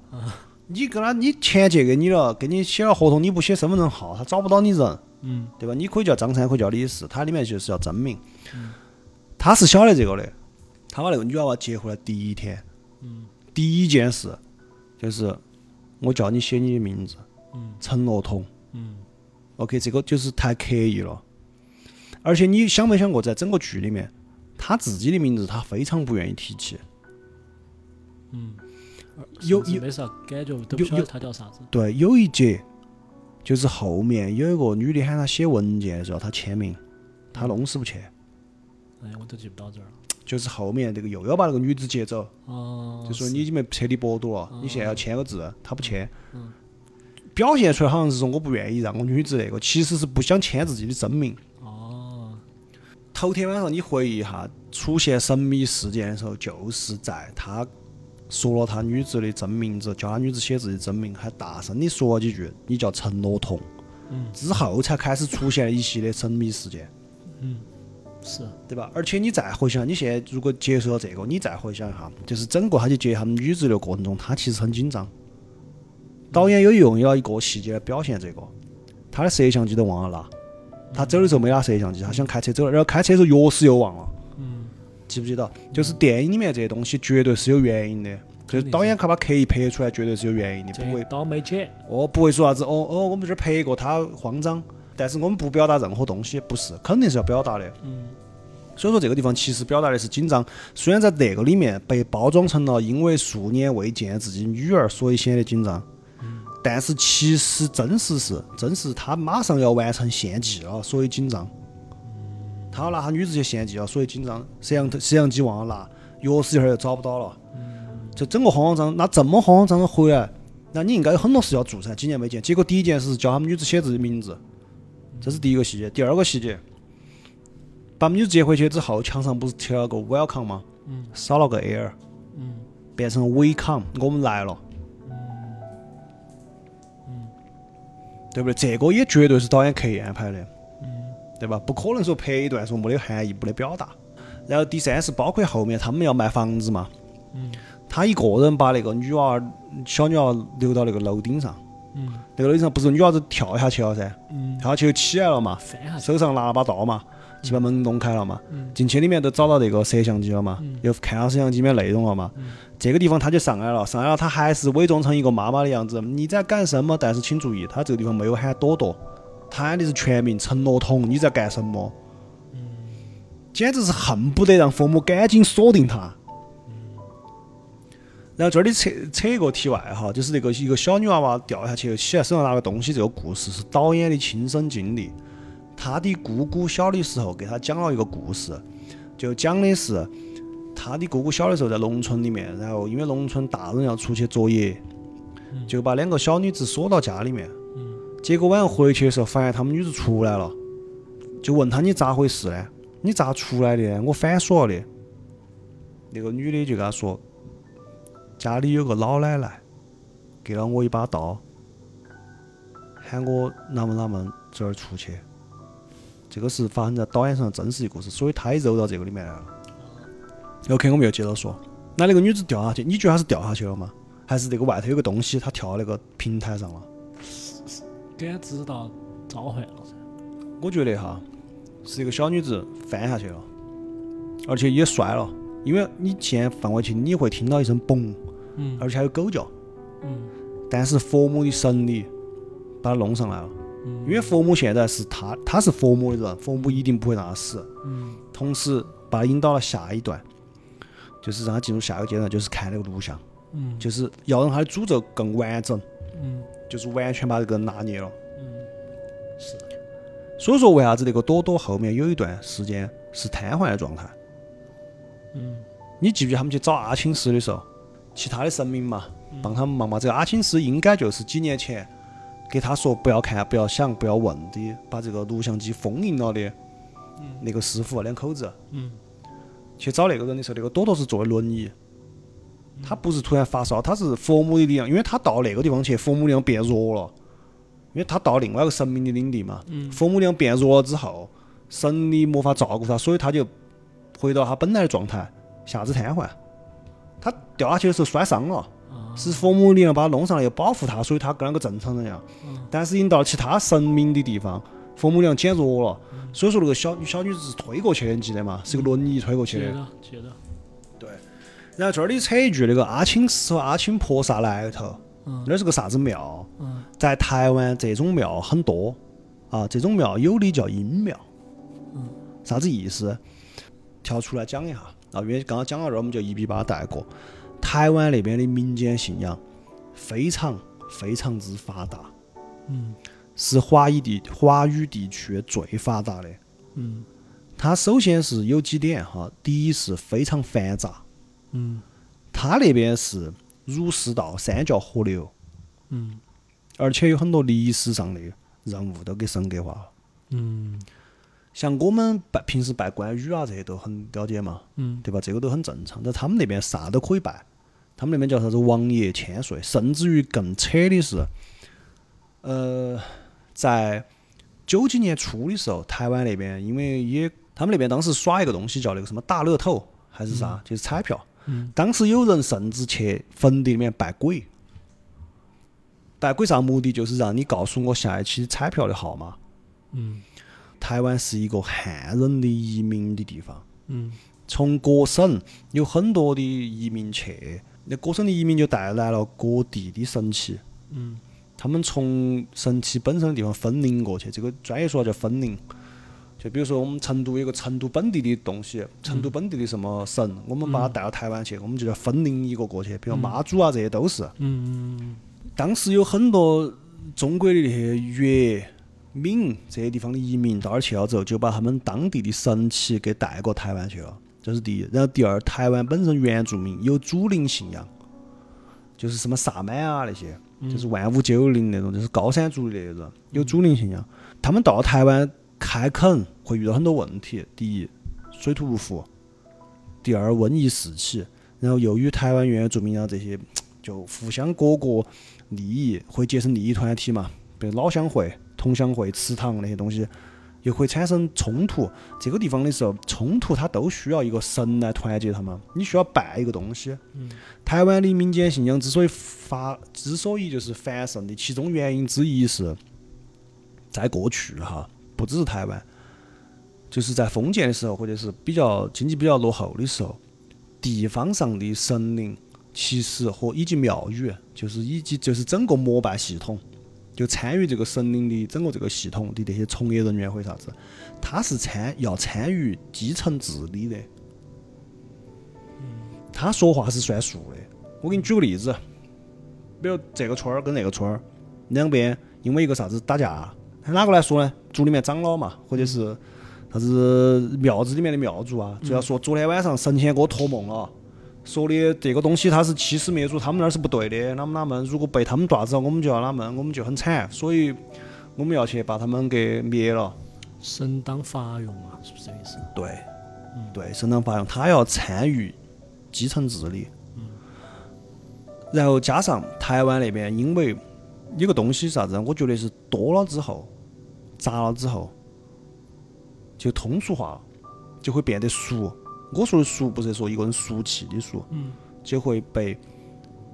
A: 你跟他，你钱借给你了，给你写了合同，你不写身份证号，他找不到你人，
B: 嗯
A: 对吧？你可以叫张三，可以叫李四，他里面就是要真名。他是晓得这个的，他把那个女娃娃接回来第一天，
B: 嗯
A: 第一件事就是我叫你写你的名字，
B: 嗯
A: 陈乐通。
B: 嗯
A: OK，这个就是太刻意了。而且你想没想过，在整个剧里面，他自己的名字他非常不愿意提起。
B: 嗯，
A: 有
B: 甚至
A: 有
B: 没啥感觉，都不晓
A: 有
B: 得他叫啥子。
A: 对，有一节就是后面有一个女的喊他写文件的时候，他签名，
B: 嗯
A: 他弄死不去，
B: 哎，我都记不到这儿了。
A: 就是后面这个又要把那个女子接走，
B: 哦，
A: 就说
B: 是哦
A: 你已经被彻底剥夺了，你现在要签个字，他不签
B: 嗯，
A: 表现出来好像是说我不愿意让我女子那个，其实是不想签自己的真名。
B: 哦，
A: 头天晚上你回忆一下出现神秘事件的时候，就是在他说了他女子的真名字，叫他女子写自己真名，还大声的说了几句“你叫陈罗彤”，
B: 嗯
A: 之后才开始出现一系列神秘事件，
B: 是，
A: 对吧？而且你再回想，你现在如果接受了这个，你再回想一下，就是整个他去接他们女子的过程中，他其实很紧张。导演有用了一个细节来表现这个，他的摄像机都忘了拿，他走的时候没拿摄像机，他想开车走了，然后开车的时候钥匙又忘了。
B: 嗯，
A: 记不记得？就是电影里面这些东西绝对是有原因的，就是导演他把刻意拍出来，绝对是有原因的，
B: 这
A: 不会，
B: 刀没剪，
A: 哦，不会说啥子，哦哦，我们这儿拍过他慌张，但是我们不表达任何东西，不是，肯定是要表达的。
B: 嗯，
A: 所以说这个地方其实表达的是紧张，虽然在那个里面被包装成了因为数年未见自己女儿，所以显得紧张。但是其实真实是，真实他马上要完成献祭了，所以紧张。他要拿他女子去献祭了，所以紧张。摄像头、摄像机忘了拿，钥匙一会儿又找不到了，就整个慌慌张张。那这么慌慌张张回来，那你应该有很多事要做噻，几年没见。结果第一件事是教他们女子写自己名字，这是第一个细节。第二个细节，把女子接回去之后，墙上不是贴了个 welcome 吗？
B: 嗯，
A: 少了个 air，
B: 嗯，
A: 变成 welcome，我们来了。
B: 嗯
A: 对不对？这个也绝对是导演刻意安排的，
B: 嗯
A: 对吧？不可能说拍一段说没得含义、没得表达。然后第三是包括后面他们要卖房子嘛，
B: 嗯
A: 他一个人把那个女娃儿、小女娃儿留到那个楼顶上，
B: 嗯
A: 那个楼顶上不是女娃子跳下去了噻，
B: 嗯，啊
A: 跳下去就起来了嘛，
B: 翻下去，
A: 手上拿了把刀嘛，就把门弄开了嘛，
B: 嗯
A: 进去里面都找到那个摄像机了嘛，又看到摄像机里面内容了嘛，这个地方他就上来了，上来了他还是伪装成一个妈妈的样子，你在干什么？但是请注意，他这个地方没有喊朵朵，他喊的是全名陈乐彤，你在干什么？简直是恨不得让父母赶紧锁定他。然后这里扯扯一个题外哈，就是那个一个小女娃娃掉下去又起来，手上拿个东西，这个故事是导演的亲身经历。他的姑姑小的时候给他讲了一个故事，就讲的是他的姑姑小的时候在农村里面，然后因为农村大人要出去作业，就把两个小女子锁到家里面。结果晚上回去的时候，发现他们女子出来了，就问他你咋回事呢？你咋出来的呢？我反锁了的。那个女的就跟他说，家里有个老奶奶，给了我一把刀，喊我哪门哪门这儿出去。这个是发生在导演上的真实的故事，所以他也揉到这个里面来了。OK，我们又接着说，那那个女子掉下去，你觉得她是掉下去了吗？还是那个外头有个东西，她跳到那个平台上了？
B: 感知到召唤了噻。
A: 我觉得哈，是一个小女子翻下去了，而且也摔了，因为你现在放回去，你会听到一声嘣，
B: 嗯
A: 而且还有狗叫。
B: 嗯
A: 但是佛母的神力把她弄上来了，
B: 嗯
A: 因为佛母现在是她，她是佛母的人，佛母一定不会让她死。
B: 嗯
A: 同时把他引导了下一段，就是让他进入下一个阶段，就是看那个录像，
B: 嗯
A: 就是要让他的诅咒更完整，
B: 嗯
A: 就是完全把这个人拿捏了。
B: 嗯，是
A: 所以说，为啥子那个朵朵后面有一段时间是瘫痪的状态？
B: 嗯
A: 你记不记得他们去找阿青师的时候，其他的神明嘛，帮他们忙嘛？这个阿青师应该就是几年前给他说不要看、不要想、不要问的，把这个录像机封印了的那个师傅两口子。
B: 嗯
A: 去找那个人的时候，那个朵朵是坐的轮椅，
B: 嗯
A: 他不是突然发烧，他是佛母的力量，因为他到那个地方去，佛母力量变弱了，因为他到另外一个神明的领地嘛，
B: 嗯
A: 佛母力量变弱了之后，神力没法照顾他，所以他就回到他本来的状态，下肢瘫痪。他掉下去的时候摔伤了，
B: 啊
A: 是佛母力量把他弄上来要保护他，所以他跟那个正常人一样。
B: 嗯
A: 但是已经到了其他神明的地方，佛母力量减弱了，
B: 嗯
A: 所以说那个小小女子是推过去的，你记得吗？是个轮椅推过去的
B: 接。着接着，
A: 然后这儿里扯一句，那个阿青师和阿青菩萨来头，
B: 嗯
A: 那儿是个啥子庙？
B: 嗯
A: 在台湾这种庙很多啊，这种庙有的叫阴庙，
B: 嗯，
A: 啥子意思？跳出来讲一下啊，因为刚刚讲到这儿，我们就一笔把它带过。台湾那边的民间信仰非常非常之发达，
B: 嗯
A: 是华语地华语地区最发达的。
B: 嗯
A: 它首先是有几点哈，第一是非常繁杂，
B: 嗯
A: 它那边是儒释道三教合流，
B: 嗯
A: 而且有很多历史上的人物都给神格化了。
B: 嗯
A: 像我们拜平时拜关羽啊这些都很了解嘛，
B: 嗯
A: 对吧？这个都很正常。但他们那边啥都可以拜，他们那边叫啥子王爷、千岁，甚至于更扯的是，呃，在九几年初的时候，台湾那边因为也他们那边当时耍一个东西叫那个什么大乐透还是啥，就是彩票。
B: 嗯
A: 当时有人甚至去坟地里面拜鬼，拜鬼啥目的？就是让你告诉我下一期彩票的号码。
B: 嗯
A: 台湾是一个汉人的移民的地方，
B: 嗯
A: 从各省有很多的移民去，那各省的移民就带来了各地的神奇。
B: 嗯
A: 他们从神奇本身的地方分灵过去，这个专业说法叫分灵。就比如说我们成都有个成都本地的东西，成都本地的什么神，我们把它带到台湾去，我们就叫分灵一个过去，比如妈祖啊这些都是。
B: 嗯
A: 当时有很多中国的那些粤、闽这些地方的移民到那儿去了之后，就把他们当地的神奇给带过台湾去了，这是第一。然后第二，台湾本身原住民有祖灵信仰，就是什么萨满啊那些，就是万五九零那种，就是高山族的那种，有祖灵信仰。他们到台湾开垦会遇到很多问题，第一，水土不服；第二，瘟疫四起。然后由于台湾原住民啊这些就互相各国利益，会结成利益团体嘛，比如老乡会、同乡会、祠堂那些东西，又会产生冲突。这个地方的时候，冲突它都需要一个神来团结他们，你需要拜一个东西。
B: 嗯
A: 台湾的民间信仰之所以发，之所以就是繁盛的，其中原因之一是，在过去哈，不只是台湾，就是在封建的时候，或者是比较经济比较落后的时候，地方上的神灵其实和以及庙宇，就是以及就是整个膜拜系统，就参与这个神灵的整个这个系统的那些从业人员或啥子，他是参要参与基层治理的，他说话是算数的。我给你举个例子，比如这个村儿跟那个村儿两边因为一个啥子打架，哪个来说呢？族里面长老嘛，或者是啥子庙子里面的庙主啊，就要说昨天晚上神仙给我托梦了。说的这个东西它是欺师灭祖，他们那儿是不对的，哪们哪们，如果被他们抓子了，我们就要哪们，我们就很惨，所以我们要去把他们给灭了。
B: 神当法用啊，是不是这个意思？
A: 对，对，省长法院他要参与基层治理。然后加上台湾那边，因为有个东西是啥子呢？我觉得是多了之后，杂了之后，就通俗化了，就会变得俗。我说的俗，不是说一个人俗气的俗，
B: 嗯
A: 就会被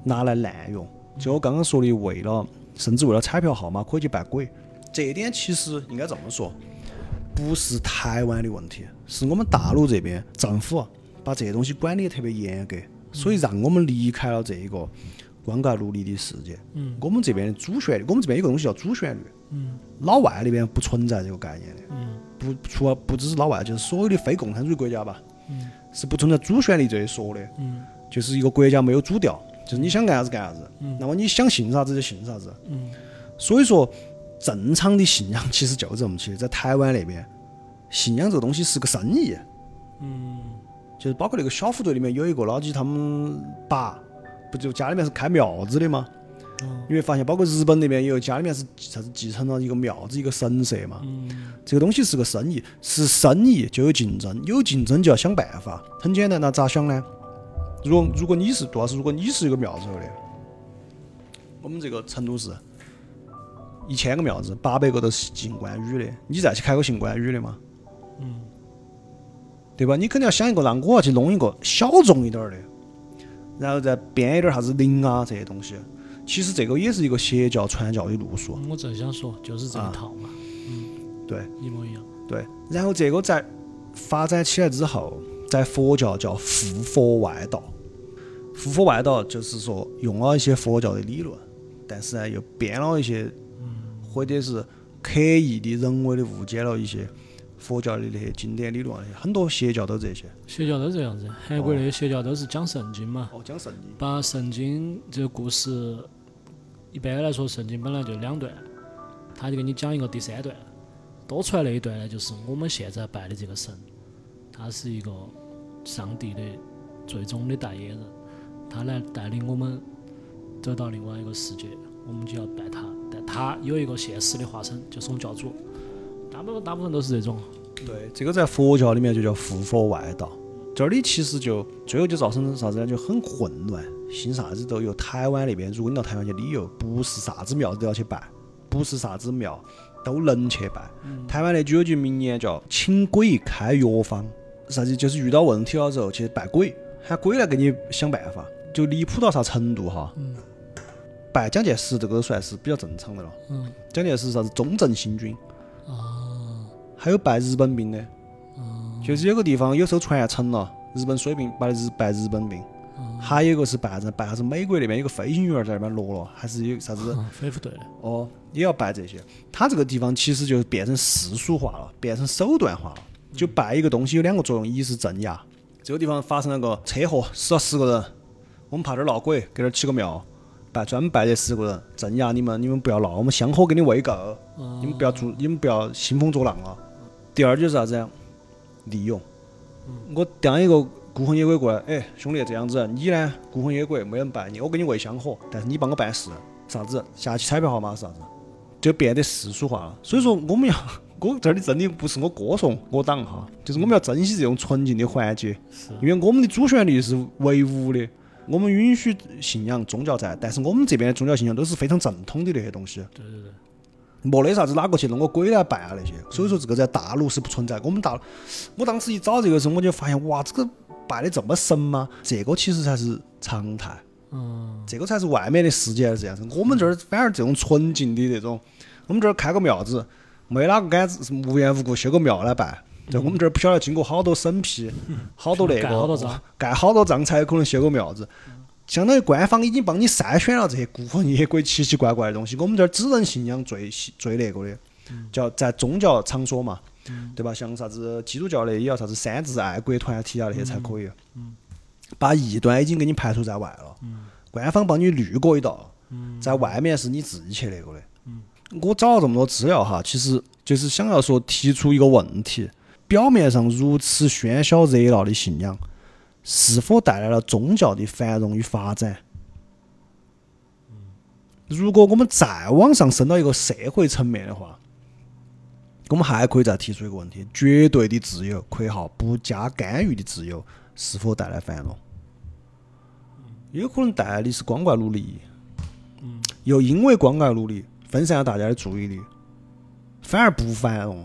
A: 拿来滥用。就我刚刚说的，为了甚至为了彩票号码可以去扮鬼，这一点其实应该这么说，不是台湾的问题，是我们大陆这边政府把这些东西管理得特别严格，所以让我们离开了这一个光怪陆离的世界。
B: 嗯，
A: 我们这边的主旋律，我们这边有个东西叫主旋律，
B: 嗯
A: 老外那边不存在这个概念的。
B: 嗯
A: 不除了不只是老外，就是所有的非共产主义国家吧，
B: 嗯
A: 是不存在主旋律这一说的，
B: 嗯
A: 就是一个国家没有主调，就是你想干啥子干啥子，
B: 嗯
A: 那么你想信啥子就信啥子。
B: 嗯
A: 所以说，正常的信仰其实就这么起的，在台湾那边，信仰这个东西是个生意，
B: 嗯
A: 就是包括那个小虎队里面有一个老几他们爸，不就家里面是开庙子的吗？
B: 哦
A: 你会发现，包括日本那边也有，家里面是啥子继承了一个庙子一个神社嘛。
B: 嗯
A: 这个东西是个生意，是生意就有竞争，有竞争就要想办法。很简单，那咋想呢？如果如果你是杜老师，如果你是一个庙子的，我们这个成都市一千个庙子，八百个都是姓关羽的，你再去开个姓关羽的嘛，
B: 嗯
A: 对吧？你肯定要想一个让我要去弄一个小众一点儿的，然后再编一点儿啥子灵啊这些东西。其实这个也是一个邪教传教的路数。
B: 我正想说，就是这一套嘛，嗯，
A: 啊对，
B: 一模一样，
A: 对，然后这个在发展起来之后，在佛教叫护佛外道。护佛外道就是说用了一些佛教的理论，但是呢又编了一些，或者是刻意的人为的误解了一些佛教的那些经典理论，很多邪教都这些。
B: 邪教都这样子，韩国那些邪教都是讲圣经嘛，
A: 哦，讲圣经。
B: 把圣经这个故事，一般来说圣经本来就两段，他就给你讲一个第三段，多出来那一段呢，就是我们现在拜的这个神，他是一个上帝的最终的代言人，他来带领我们走到另外一个世界，我们就要拜他，但他有一个现实的化身，就是我们教主，大部分大部分都是这种，
A: 对，这个在佛教里面就叫护佛外道。这里其实就最后就造成啥子呢？就很混乱，信啥子都有。台湾那边，如果你到台湾去旅游，不是啥子庙都要去拜，不是啥子庙都能去拜。
B: 嗯
A: 台湾那句有句名言叫“请鬼开药方”，啥子就是遇到问题了之后去拜鬼，喊鬼来给你想办法，就离谱到啥程度哈？
B: 嗯
A: 拜蒋介石这个算是比较正常的了。
B: 嗯
A: 蒋介石啥子忠正新军，
B: 啊
A: 还有拜日本兵的。
B: 嗯
A: 就是有个地方有艘船沉了，日本水兵把日拜日本兵，
B: 嗯
A: 还有一个是拜人拜啥子美国那边有个飞行员在那边落了，还是有啥子
B: 啊，恢复对的，
A: 哦，也要拜这些。他这个地方其实就变成世俗化了，变成手段化了。就拜一个东西有两个作用，一是镇压，这个地方发生了个车祸，死了十个人，我们怕这儿闹鬼，给这儿起个庙，拜专门拜这十个人，镇压你们，你们不要闹，我们香火给你喂够。
B: 嗯
A: 你们不要做，你们不要兴风作浪啊。第二就是啥子呀？利用。我当一个孤魂野鬼过来，哎，兄弟这样子，你呢孤魂野鬼没人拜你，我给你喂香火，但是你帮我办事，啥子下期彩票号码是啥子，就变得世俗化了。所以说我们要， 我这里真的不是我歌颂我党哈，就是我们要珍惜这种纯净的环节，
B: 是
A: 因为我们的主旋律是唯物的。我们允许信仰宗教在，但是我们这边的宗教信仰都是非常正统的那些东西。
B: 对对对。
A: 没得啥子哪个去弄个鬼来拜啊那些，所以说这个在大陆是不存在。我们大，我当时一找这个时候，我就发现哇，这个拜的这么神吗？这个其实才是常态，
B: 嗯
A: 这个才是外面的世界是这样子。我们这儿反而这种纯净的这种，我们这儿开个庙子，没哪个敢是无缘无故修个庙来拜。在我们这儿不晓得经过好多审批，好多那
B: 嗯盖好多
A: 个
B: 章
A: 盖好多章才有可能修个庙子，相当于官方已经帮你筛选了这些孤魂野鬼、奇奇怪怪的东西。我们这儿只能信仰最最那个的，
B: 嗯
A: 叫在宗教场所嘛，对吧？像啥子基督教的也要啥子三自爱国团体啊那些
B: 嗯
A: 才可以，把异端已经给你排除在外了，官方帮你滤过一道，在外面是你自己去那个的。我找了这么多资料哈，其实就是想要说提出一个问题：表面上如此喧嚣热闹的信仰，是否带来了宗教的繁荣与发展？如果我们再往上升到一个社会层面的话，我们还可以再提出一个问题：绝对的自由（括号不加干预的自由）是否带来繁荣？也有可能带来的是光怪陆离。嗯，又因为光怪陆离分散了大家的注意力，反而不繁荣，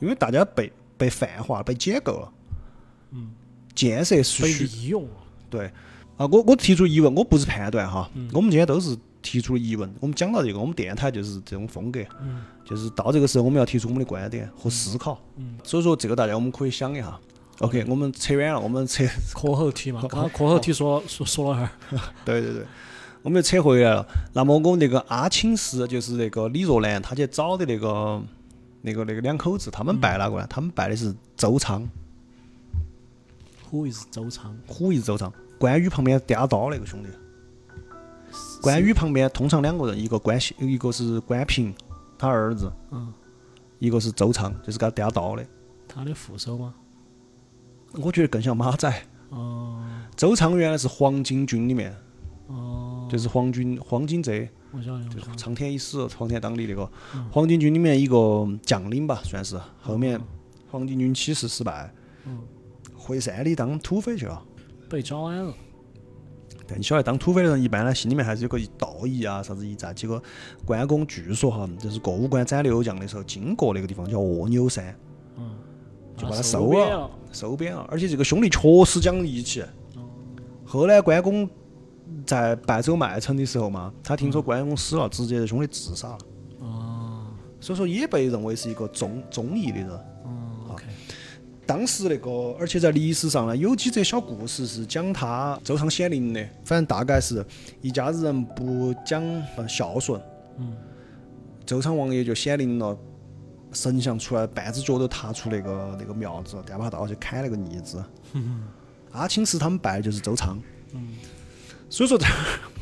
A: 因为大家被被泛化、被解构了。
B: 嗯，
A: 建设是
B: 被
A: 需
B: 利用了。
A: 对啊，我我提出疑问，我不是判断哈，
B: 嗯
A: 我们今天都是提出了疑问。我们讲到这个，我们电台就是这种风格，
B: 嗯
A: 就是到这个时候我们要提出我们的观点和思考。
B: 嗯，
A: 所以说这个大家我们可以想一下。OK，我们扯远了，我们扯
B: 课后题嘛，刚刚课后题说说说了会儿，
A: 对对对，我们又扯回来了。那么我那个阿青师就是那个李若男，他去找的那个那个那个两口子，他
B: 嗯
A: 们拜哪个呢？他们拜的是周仓，
B: Who is 周仓？
A: 虎一周仓，关羽旁边嗲刀那个兄弟。关羽旁边通常两个人，一个关西，一个是关平，他儿子，
B: 嗯，
A: 一个是周仓，就是给他嗲刀的。
B: 他的副手吗？
A: 我觉得更像马仔。
B: 哦
A: 周仓原来是黄巾军里面，
B: 哦，
A: 就是黄军黄巾贼，
B: 我晓得，我
A: 就
B: 晓
A: 是
B: 得。
A: 苍天一死，黄天当立那个
B: 哦嗯哦
A: 黄巾军里面一个将领吧，算是。后面黄巾军起事失败
B: 嗯，
A: 回山里当土匪去了。
B: 被招安了。
A: 但你晓得，当土匪的人一般呢，心里面还是有个道义啊，啥子一战。结果关公据说哈，就是过五关斩六将的时候，经过那个地方叫卧牛山，
B: 嗯，
A: 就把他
B: 他
A: 收
B: 编
A: 了
B: 了。
A: 收编了。而且这个兄弟确实讲义气。后来关公在败走麦城的时候嘛，他听说关公死了，直接这兄弟自杀了，
B: 哦，
A: 所以说也被认为是一个忠忠义的人。
B: 嗯，OK，
A: 当时那个，而且在历史上呢，有几则小故事是讲他周仓显灵的。反正大概是一家子人不讲呃孝顺，
B: 嗯，
A: 周仓王爷就显灵了，神像出来，半只脚都踏出那个那个庙子，电把刀去砍那个逆子。阿青师他们拜的就是周仓，
B: 嗯，
A: 所以说 这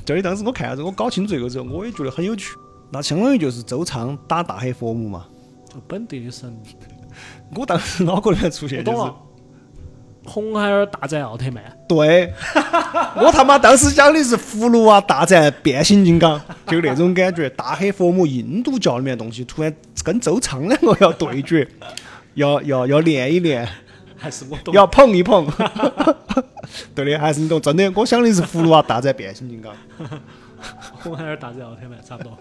A: 这里当时我看了之后，我搞清楚这个之后，我也觉得很有趣。那相当于就是周仓打大黑佛母嘛。
B: 就本地的神，
A: 我当时脑壳里面出
B: 我
A: 现
B: 懂
A: 就是
B: 了。红孩儿大战奥特曼，
A: 对，我他妈当时讲的是葫芦娃大战变形金刚，就那种感觉。大黑佛母印度教里面的东西，突然跟周仓两个要对决，要要要练一练，
B: 还是我懂。
A: 要碰一碰。 对的，还是你懂。真的，我想的是葫芦娃大战变形金刚。
B: 红孩儿大战奥特曼差不多。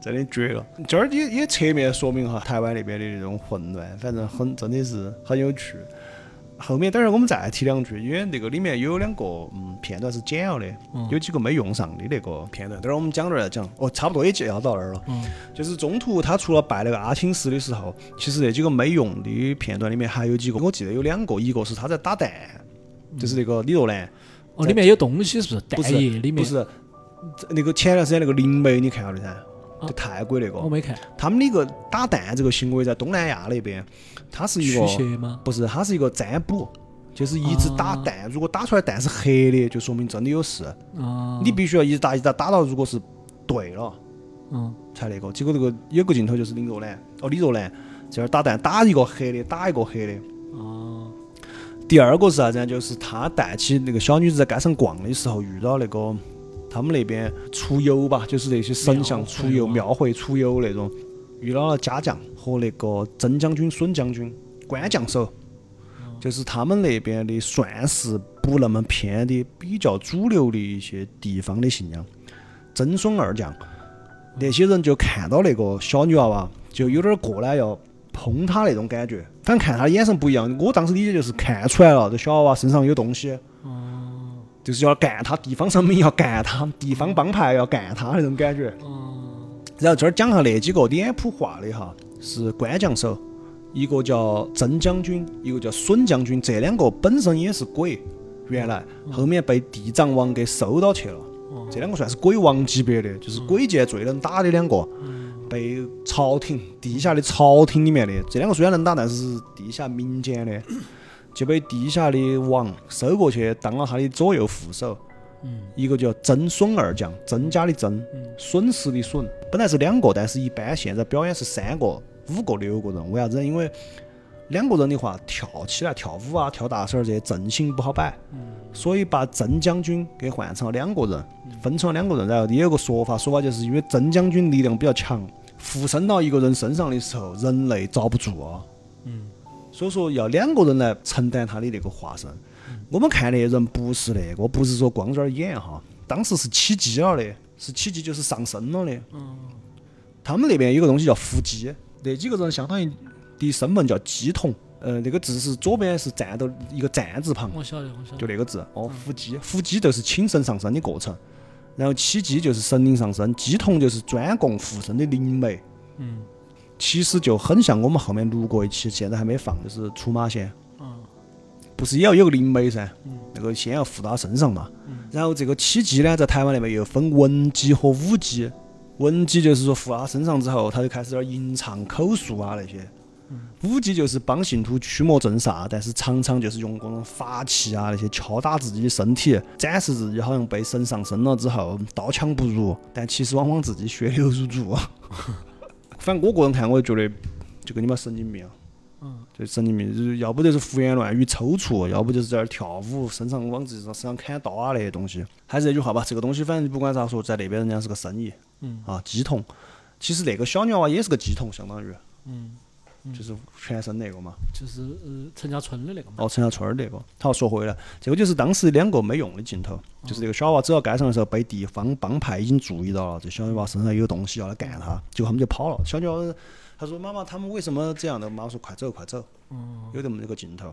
A: 真的绝了！这儿也也侧面说明哈台湾那边的这种混乱，反正很真的是很有趣。后面等会儿我们再提两句，因为那个里面有两个嗯片段是剪了的，有几个没用上的那个片段，等会儿我们讲到来讲。哦，差不多也介绍到那儿了。
B: 嗯
A: 就是中途他除了拜那个阿青师的时候，其实那几个没用的片段里面还有几个，我记得有两个，一个是他在打蛋，就是那个李若男，
B: 哦，里面有东西是不是？
A: 不
B: 蛋
A: 是
B: 液里
A: 不，
B: 面
A: 是那个前段时间那个灵媒你看到的噻，就泰国那个。
B: 我没看。
A: 他们那个打蛋这个行为在东南亚那边，它是一
B: 驱
A: 个
B: 邪吗？
A: 不是，它是一个占卜，就是一直打蛋，如果打出来蛋是黑的，就说明真的有事。
B: 啊，
A: 你必须要一直打，一直打，打到如果是对了
B: 嗯
A: 才那个。结果这个有个镜头就是李若男，哦，李若男这儿打蛋，打一个黑的，打一个黑的。
B: 哦，
A: 第二个是啥子呢？啊就是他带起那个小女子在街上逛的时候，遇到那个他们那边出游吧，就是那些神像
B: 庙会
A: 出游、
B: 嘛
A: 庙会出游那种，遇到了家将和那个曾将军、孙将军、关将手，就是他们那边的算是不那么偏的、比较主流的一些地方的信仰，曾孙二将。那些人就看到那个小女娃娃，就有点儿过来要碰她那种感觉。反正看她的眼神不一样，我当时理解就是看出来了，这小娃娃身上有东西，
B: 哦，
A: 就是要干她，地方上面要干她，地方帮派要干她那种感觉。
B: 哦，
A: 然后这儿讲下那几个脸谱化的哈，是关将手，一个叫曾将军，一个叫孙将军，这两个本身也是鬼，原来
B: 嗯
A: 后面被地藏王给收到去了。
B: 哦
A: 这两个算是鬼王级别的，就是鬼界最能打的两个，
B: 嗯
A: 被朝廷地下的朝廷里面的这两个虽然能打，但是地下民间的就被地下的王收过去当了他的左右副手。
B: 嗯
A: 一个叫曾孙二将，曾家的曾
B: 嗯，
A: 损失的损，本来是两个，但是一般现在表演是三个、五个、六个人，为啥子呢？因为两个人的话，跳起来跳舞啊、跳大绳儿这些阵型不好摆，所以把曾将军给换成了两个人，分成了两个人。然后也有个说法，说法就是因为曾将军力量比较强，附身到一个人身上的时候，人类遭不住啊。
B: 嗯，
A: 所以说要两个人来承担他的那个化身。我们看那人不是那个，不是说光这儿演哈，当时是起鸡了的，是起鸡就是上身了的。他们那边有个东西叫伏击，那几个人相当于的身份叫鸡童，呃，那个字是左边是站到一个站字旁，
B: 我晓得，我晓得。
A: 就那个字。哦，伏击，伏击就是请神上身的过程，然后起鸡就是神灵上身，鸡童就是专供附身的灵媒。
B: 嗯
A: 其实就很像我们后面录过一期，现在还没放，就是出马仙，
B: 嗯
A: 不是也要有个灵媒噻
B: 嗯？
A: 那个仙要附到他身上嘛。然后这个七姬呢，在台湾那边又分文姬和武姬，文姬就是说附到他身上之后，他就开始在那儿吟唱口述啊那些。武姬就是帮信徒驱魔镇煞，但是常常就是用各种法器啊那些敲打自己的身体，展示自己好像被神上身了之后刀枪不入，但其实往往自己血流如注。啊反正我个人看，我就觉得就跟你们神经病啊。
B: 嗯，
A: 就神经病，就是要不就是胡言乱语、抽搐，要不就是在那儿跳舞，身上往自己身上砍刀啊那些东西。还是那句话吧，这个东西反正不管咋说，在那边人家是个生意，
B: 嗯
A: 啊，鸡童。其实那个小鸟娃啊也是个鸡童，相当于
B: 嗯，
A: 就是全身那个嘛，
B: 就是呃陈家村的那个嘛。
A: 哦，陈小春儿那个。好，说回来，这个就是当时两个没用的镜头，就是这个小娃走到街上的时候，被地方帮派已经注意到了，这小女娃身上有东西要来干他，结果他们就跑了。小女娃她说：“妈妈，他们为什么这样的？”妈妈说：“快走，快走。”有这么一个镜头。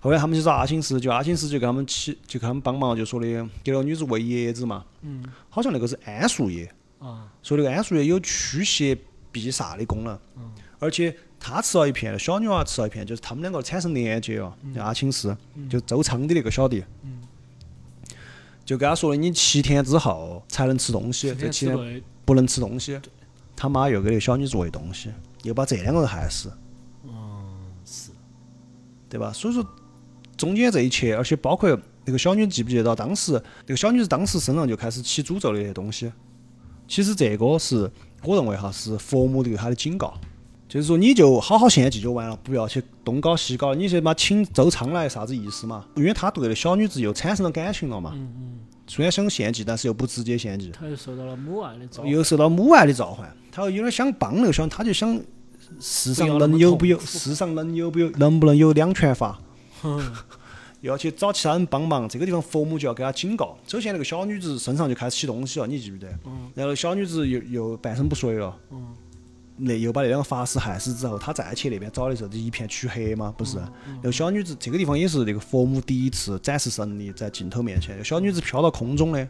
A: 后来他们去找阿青师，就阿青师就给他们起，就给他们帮忙，就说的给那个女子喂叶子嘛，
B: 嗯
A: 好像那个是桉树叶，
B: 啊
A: 说那个桉树叶有驱邪避煞的功能，而且他吃了一片，小女娃吃了一片，就是他们两个产生连接了。阿青是就周仓的那个小弟，就跟他说的，你七天之后才能吃东西，这七
B: 之
A: 天
B: 内
A: 不能吃东西。他妈又给那个小女子喂东西，又把这两个人害死，
B: 是
A: 对吧？所以说中间这一切，而且包括那个小女记不记得到当时那个小女子当时身上就开始起诅咒的那些东西。其实这个是我认为哈是佛母对她的警告，就是说你就好好献祭就完了，不要去东搞西搞，你去嘛请周仓来啥子意思嘛？因为他对那个小女子又产生了感情了嘛。虽然想献祭，但是又不直接献祭，
B: 他又受到了母爱的照顾，
A: 又受到母爱的召唤，他有点想帮那个小女，他就想世上能有不有，世上能有不有，能不能有两全法？又要去找其他人帮忙，这个地方佛母就要给他警告。首先，那个小女子身上就开始起东西了，你记不记得？然后小女子又又半身不遂了。那又把那两个法师害死之后，他再去那边找的时候，就一片黢黑嘛，不是？然后小女子这个地方也是那个佛母第一次展示神力在镜头面前，小女子飘到空中的。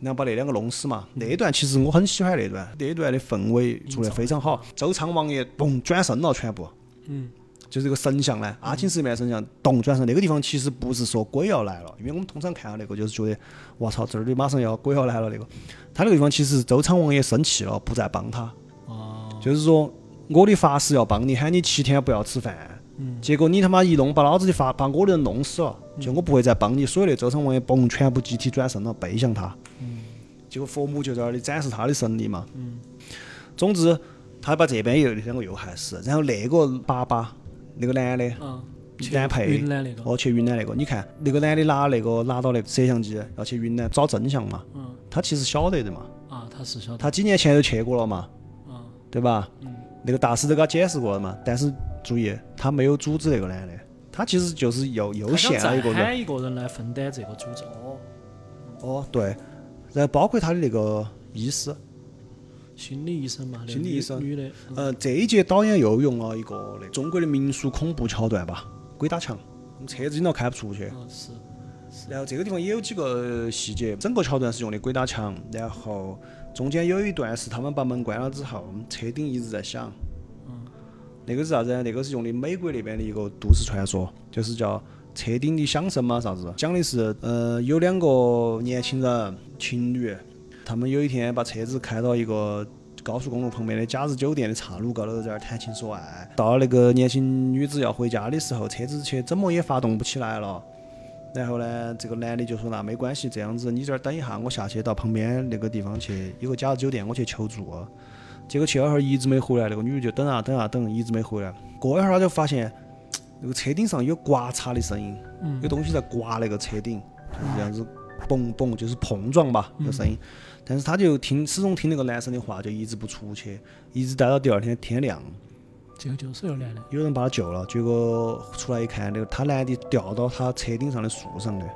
A: 然后把那两个弄死嘛，那一段其实我很喜欢那段，那一段的氛围做得非常好。周仓王爷嘣转身了，全部，
B: 嗯，
A: 就是这个神像呢，阿青寺里面的神像咚转身，那个地方其实不是说鬼要来了，因为我们通常看到那个就是觉得，我操，这儿的马上要鬼要来了那个，他那个地方其实是周仓王爷生气了，不再帮他，
B: 哦，
A: 就是说我的法师要帮你，喊你七天不要吃饭，
B: 嗯
A: 结果你他妈一弄把老子的法把我的人弄死了，就我不会再帮你。所有的周仓王爷嘣全部集体转身了，背向他。结果佛母就在那里展示他的神力嘛。
B: 嗯
A: 总之，他把这边又两个又害死，然后那个爸爸那个男的
B: 嗯，
A: 男配
B: 云南那个，
A: 哦去云南那个，你看那个男的拿那个拿到那个摄像机要去云南找真相嘛，
B: 嗯
A: 他其实晓得的嘛，
B: 啊，他是晓得，
A: 他几年前就去过了嘛，
B: 嗯
A: 对吧？那个大师都给他解释过了嘛，但是注意，他没有阻止那个男的，他其实就是又又
B: 他想
A: 陷了一啊个
B: 再
A: 人。
B: 喊一个人来分担这个诅咒，
A: 哦，对，然后包括他的那个医师，
B: 心理医生嘛，那个
A: 心理
B: 女
A: 医生
B: 女的，嗯
A: 呃，这一节导演又用了一个那中国的民俗恐怖桥段吧，鬼打墙，我们车子引导开不出去。
B: 嗯是，
A: 然后这个地方也有几个细节，整个桥段是用的鬼打墙，然后中间有一段是他们把门关了之后，车顶一直在响。那个是啥子呢？那个是用的美国那边的一个都市传说，就是叫车顶的响声嘛，啥子？讲的是，呃，有两个年轻人情侣，他们有一天把车子开到一个高速公路旁边的假日酒店的岔路高头，在那儿谈情说爱。到了那个年轻女子要回家的时候，车子却怎么也发动不起来了。然后呢，这个男的就说：“那没关系，这样子你这儿等一下，我下去到旁边那个地方去，有个假日酒店，我去求助。”结果去了一会儿一直没回来，那个女的就等啊等啊等，一直没回来。过一会儿她就发现那个车顶上有刮擦的声音，有东西在刮那个车顶，就是这样子嘣嘣，就是碰撞吧，那个声音。但是她就听始终听那个男生的话，就一直不出去，一直待到第二天天亮。
B: 这个就是有男的，
A: 有人把他救了，结果出来一看，那个他男的掉到他车顶上的树上的，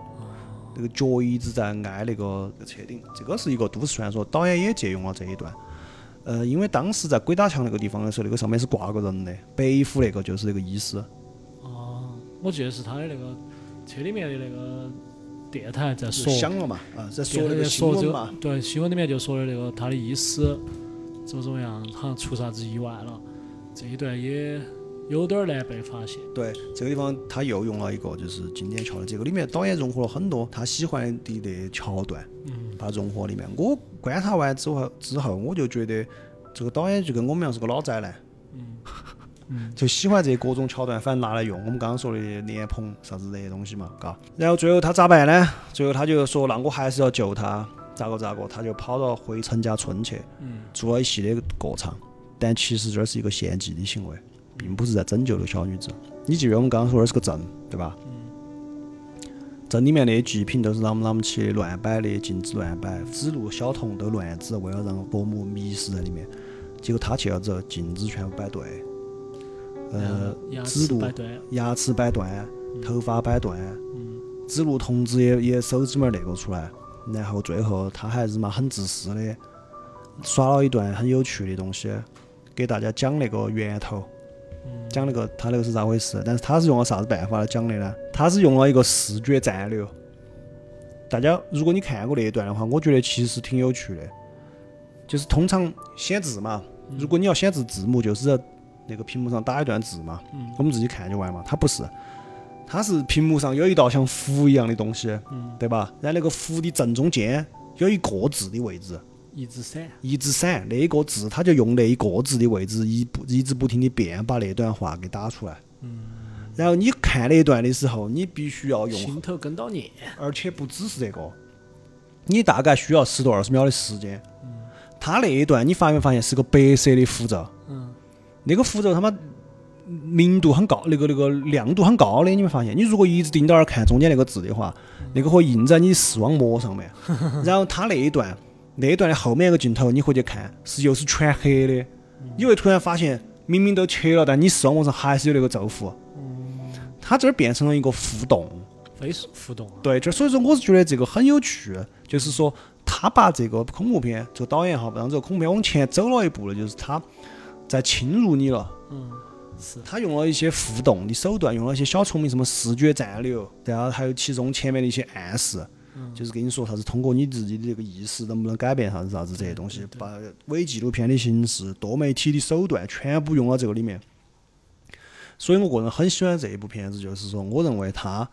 A: 那个脚一直在挨那个车顶。这个是一个都市传说，导演也借用了这一段。呃，因为当时在鬼打墙那个地方的时候，那个上面是挂个人的，白衣服那个就是那个医师。
B: 哦，我记得是他的那个车里面的那个电台在
A: 就
B: 说，
A: 想了嘛，啊，在说
B: 电
A: 那
B: 台
A: 个
B: 在
A: 新
B: 说
A: 闻
B: 就
A: 嘛，
B: 对新闻里面就说的那个他的医师怎么怎么样，好像出啥子意外了，这一段也有点儿难被发现。
A: 对，这个地方他又用了一个就是经典桥段，这个里面导演融合了很多他喜欢的的桥段，
B: 嗯，
A: 把它融合里面。我观察完之后之后，我就觉得这个导演就跟我们一样是个老宅男，
B: 嗯，
A: 就喜欢这各种桥段，反正拿来用。我们刚刚说的莲蓬啥子那些东西嘛，嘎。然后最后他咋办呢？最后他就说，那我还是要救他，咋个咋个，他就跑到回陈家村去，
B: 嗯，
A: 做了一系列的过场。但其实这是一个献祭的行为，并不是在拯救这个小女子。你记得我们刚刚说的是个镇，对吧？镇里面的祭品都是啷么啷么起，乱摆的，禁止乱摆，指路小童都乱指，为了让伯母迷失在里面。结果他去了之后，禁止全部摆对，
B: 嗯
A: 呃，
B: 牙
A: 指
B: 齿
A: 路
B: 摆断，
A: 牙齿摆断，头发摆断，
B: 嗯
A: 指路童子也也手指门儿那个出来，然后最后他还是嘛很自私的，耍了一段很有趣的东西，给大家讲那个源头，
B: 嗯，
A: 讲那个他那个是咋回事，但是他是用了啥子办法来讲的呢？他是用了一个视觉战略。大家如果你看过那一段的话，我觉得其实挺有趣的，就是通常写字嘛，
B: 嗯
A: 如果你要写字字幕，就是在那个屏幕上打一段字嘛，
B: 嗯
A: 我们自己看就完嘛。它不是，它是屏幕上有一道像符一样的东西，
B: 嗯
A: 对吧？然后那个符的正中间有一个字的位置，
B: 一直闪，
A: 一直闪那一个字，他就用那一个字的位置一不一直不停的变，把那段话给打出来。然后你看那一段的时候，你必须要用，
B: 心头跟到念，
A: 而且不只是这个，你大概需要十多二十秒的时间。他那一段你发没发现是个白色的符咒？
B: 嗯，
A: 那个符咒他妈明度很高，那个那个亮度很高的，你没发现？你如果一直盯到那儿看中间那个字的话，那个会印在你视网膜上面。然后他那一段，那一段的后面那个镜头，你回去看是又是全黑的，你会突然发现明明都切了，但你视网膜上还是有那个咒符。它这儿变成了一个互动，
B: 非是互动啊，
A: 对，就所以说我是觉得这个很有趣，就是说他把这个恐怖片，这个导演哈，让这个恐怖片往前走了一步了，就是他在侵入你了。
B: 嗯，是，
A: 他用了一些互动的手段，用了一些小聪明，什么视觉战略，然后还有其中前面的一些暗示，
B: 嗯
A: 就是跟你说啥子通过你自己的这个意识能不能改变啥子啥子这些东西，把伪纪录片的形式、多媒体的手段全部用到这个里面。所以我个人很喜欢这一部片子，就是说，我认为他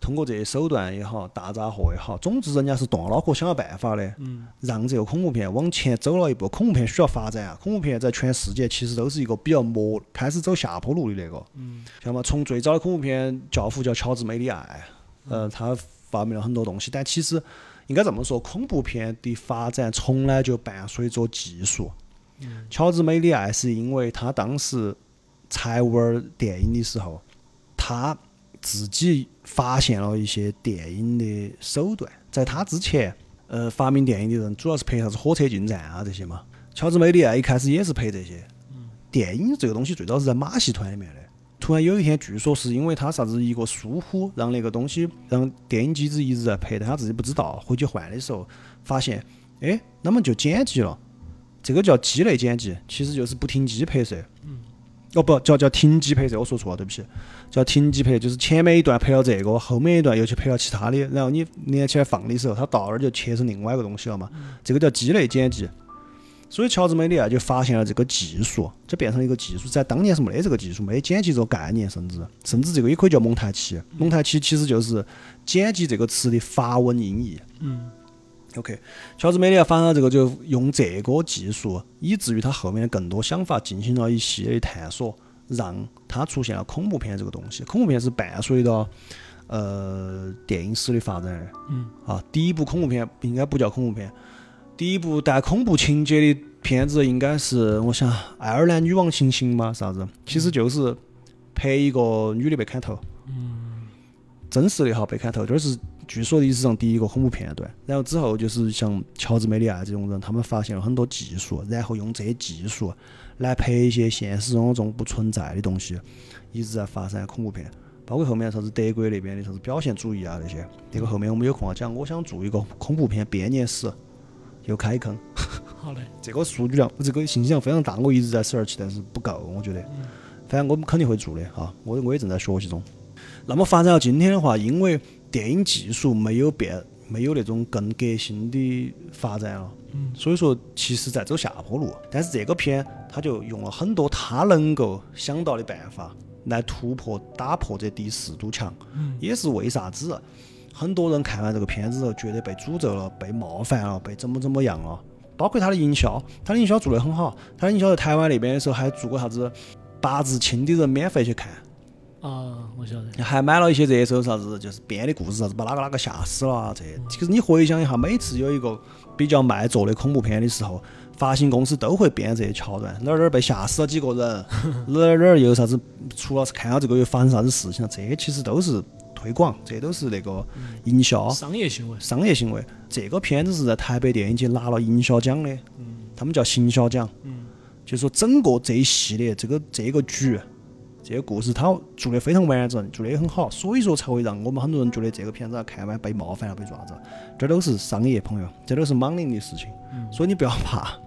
A: 通过这些手段也好，大杂烩也好，总之人家是动了脑壳想了办法的，
B: 嗯
A: 让这个恐怖片往前走了一步。恐怖片需要发展啊，恐怖片在全世界其实都是一个比较末开始走下坡路的那个，
B: 嗯
A: 晓得吗？从最早的恐怖片教父叫乔治梅里爱，呃，他发明了很多东西，但其实应该这么说，恐怖片的发展从来就伴随着技术。
B: 嗯
A: 乔治梅里爱是因为他当时才玩电影的时候，他自己发现了一些电影的手段。在他之前，呃，发明电影的人主要是拍啥子火车进站啊这些嘛。乔治梅里爱一开始也是拍这些。电影这个东西最早是在马戏团里面的。突然有一天，据说是因为他啥子一个疏忽，让那个东西让电影机子一直在拍，但他自己不知道。回去换的时候发现，哎，那么就剪辑了。这个叫机内剪辑，其实就是不停机拍摄。哦不，叫叫停机拍摄，我说错了，对不起，叫停机拍，就是前面一段拍了这个，后面一段又去拍了其他的，然后你连起来放的时候，它到那儿就切成另外一个东西了嘛，这个叫机内剪辑。所以乔治梅里爱就发现了这个技术，这变成了一个技术，在当年是没得这个技术，没得剪辑这个概念，甚至甚至这个也可以叫蒙太奇，蒙太奇其实就是剪辑这个词的法文音译。
B: 嗯
A: OK，乔治梅里亚发现了这个，就用这个技术，以至于他后面的更多想法进行了一系列的探索，让他出现了恐怖片这个东西。恐怖片是伴随着呃电影史的发展的。
B: 嗯，
A: 啊，第一部恐怖片应该不叫恐怖片，第一部带恐怖情节的片子应该是我想《爱尔兰女王行刑》吗？啥子？其实就是拍一个女的被砍头。
B: 嗯
A: 真实的哈被砍头，这是据说历史上第一个恐怖片段。然后之后就是像乔治梅利亚这种人，他们发现了很多技术，然后用这些技术来拍一些现实生活中不存在的东西，一直在发展恐怖片。包括后面啥子德国那边的啥子表现主义啊那些，那个后面我们有空啊讲。我想做一个恐怖片编年史，又开坑。
B: 好嘞，
A: 这个数据量，这个信息量非常大，我一直在 search，但是不够，我觉得。
B: 嗯
A: 反正我们肯定会做的哈，我我也正在学习中。那么发展到今天的话，因为电影技术没有变，没有那种更革新的发展了，
B: 嗯
A: 所以说其实在走下坡路。但是这个片他就用了很多他能够想到的办法来突破、打破这第四堵墙，
B: 嗯
A: 也是为啥子？很多人看完这个片子后，觉得被诅咒了，被冒犯了，被怎么怎么样了。包括他的营销，他的营销做得很好。他的营销在台湾那边的时候，还做过啥子八字轻的人免费去看，
B: 啊，我晓得，
A: 还买了一些热搜啥子，就是编的故事啥子，把哪个哪个吓死了啊这些。其实你回想一下，每次有一个比较卖座的恐怖片的时候，发行公司都会编这些桥段，哪儿哪儿被吓死了几个人，哪儿哪儿又啥子，除了看到这个又发生啥子事情了，这些其实都是推广，这都是那个营销。
B: 商业行为，
A: 商业行为。这个片子是在台北电影节拿了营销奖的，他们叫行销奖。就说整个这一系列这个这个局，这个故事，它做得非常完整，做得也很好，所以说才会让我们很多人觉得这个片子啊看完被冒犯了，被抓子了。这都是商业朋友，这都是莽龄的事情，所以你不要怕。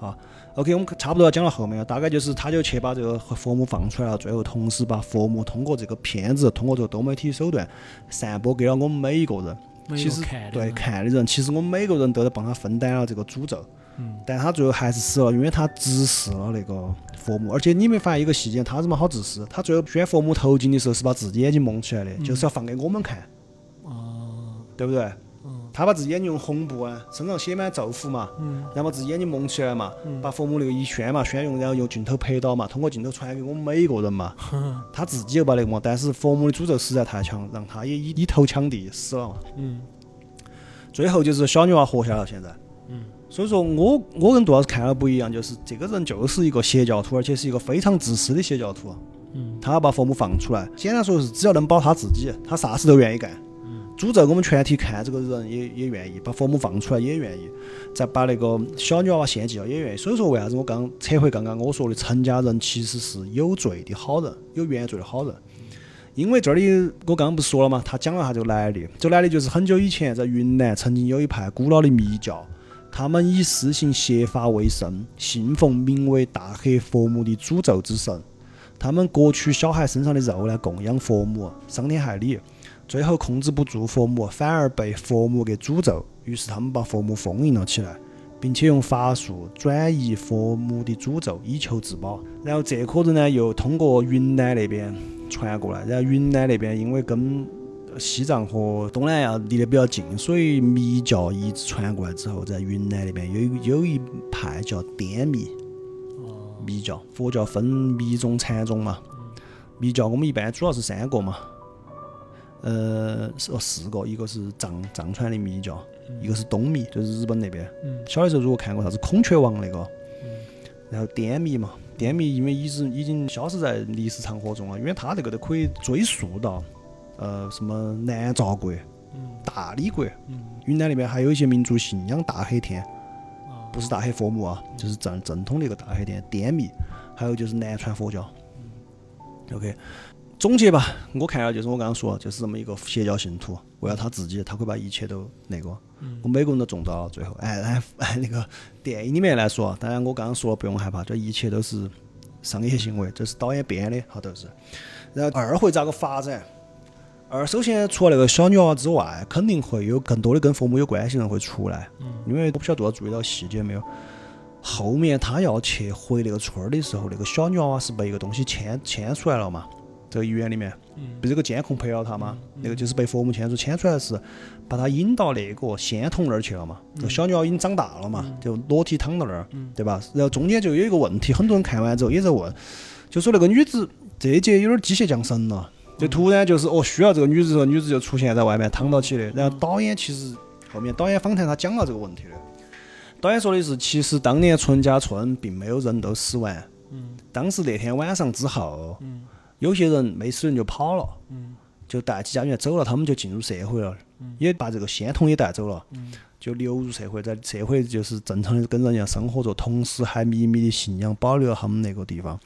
A: 啊，OK，我们差不多要讲到后面了，大概就是他就去把这个佛母放出来了，最后同时把佛母通过这个片子，通过这个多媒体手段散播给了我们每一个人。
B: 没
A: 其
B: 有
A: 实
B: 看的
A: 对
B: 嘛，
A: 看的人，其实我们每个人都在帮他分担了这个诅咒。
B: 嗯
A: 但他最后还是死了，因为他直视了那个佛母。而且你没发现一个细节，他怎么好自私？他最后选佛母头巾的时候是把自己眼睛蒙起来的，就是要放给我们看，
B: 嗯哦，
A: 对不对？
B: 嗯
A: 他把自己眼睛用红布啊，身上写满咒符嘛，
B: 嗯
A: 然后把自己眼睛蒙起来嘛，把佛母那个一圈嘛，圈用然后用镜头拍到嘛，通过镜头传给我们每一个人 嘛。
B: 呵
A: 他自己又把那个嘛，但是佛母的诅咒实在太强，让他也以以头抢地死了嘛。
B: 嗯
A: 最后就是小女娃活下来了，现在。
B: 嗯。
A: 所以说我我跟杜老师看了不一样，就是这个人就是一个邪教徒，而且是一个非常自私的邪教徒。啊
B: 嗯
A: 他要把佛母放出来，简单说是只要能保他自己，他啥事都愿意干。
B: 嗯
A: 诅咒我们全体看这个人也也愿意，把佛母放出来也愿意，再把那个小女娃娃献祭了也愿意。所以说为啥子我刚扯回刚刚我说的，陈家人其实是有罪的好人，有原罪的好人。因为这里我刚刚不是说了嘛，他讲了他这个来历，这个来历就是很久以前在云南曾经有一派古老的密教，他们以施行邪法为生，信奉名为大黑佛母的诅咒之神，他们割取小孩身上的肉来供养佛母，伤天害理。最后控制不住佛母，反而被佛母给诅咒，于是他们把佛母封印了起来，并且用法术转移佛母的诅咒，以求自保。然后这伙人呢，又通过云南那边传过来，然后云南那边因为跟西藏和东南亚离得比较近，所以密教一直传过来之后，在云南那边有有一派叫滇密，密教，佛教分密宗、禅宗嘛。密教我们一般主要是三个嘛，呃，是哦四个，一个是藏藏传的密教，一个是东密，就是日本那边。
B: 嗯
A: 小的时候如果看过啥子《孔雀王》那个，然后滇密嘛，滇密因为已经已经消失在历史长河中了，因为它这个都可以追溯到呃什么南诏国、
B: 嗯
A: 大理国，
B: 嗯
A: 云南那边还有一些民族信仰大黑天，
B: 啊
A: 不是大黑佛母啊，就是正正统的一个大黑天滇密，还有就是南传佛教。OK，总结吧，我看了啊就是我刚刚说的，就是这么一个邪教信徒，为了他自己，他会把一切都那个，我每个人都中招了。最后，哎 哎哎，那个电影里面来说，啊当然我刚刚说了，不用害怕，这一切都是商业行为，这是导演编的，好都是。然后二会咋个发展？二首先除了那个小女娃娃之外，肯定会有更多的跟佛母有关系的人会出来，因为我不晓得大家注意到细节没有。后面他要去回那个村儿的时候，那个小女娃娃是被一个东西牵牵出来了嘛？这个医院里面，不是有个监控拍到他嘛？那个就是被佛母牵出，牵出来是把他引到那个仙童那儿去了嘛？这个小女娃已经长大了嘛，就裸体躺到那儿，对吧？然后中间就有一个问题，很多人看完之后也在问，就说那个女子这一节有点机械降神了，就突然就是哦需要这个女子的时候，女子就出现在外面躺到起的。然后导演其实后面导演访谈他讲了这个问题的，导演说的是，其实当年陈家村并没有人都死完，当时那天晚上之后，有些人没死人就跑了，就带起家园走了，他们就进入社会了，也把这个仙童也带走了，就流入社会，在社会就是正常的跟人一样生活着，同时还秘密的信仰保留了他们那个地方。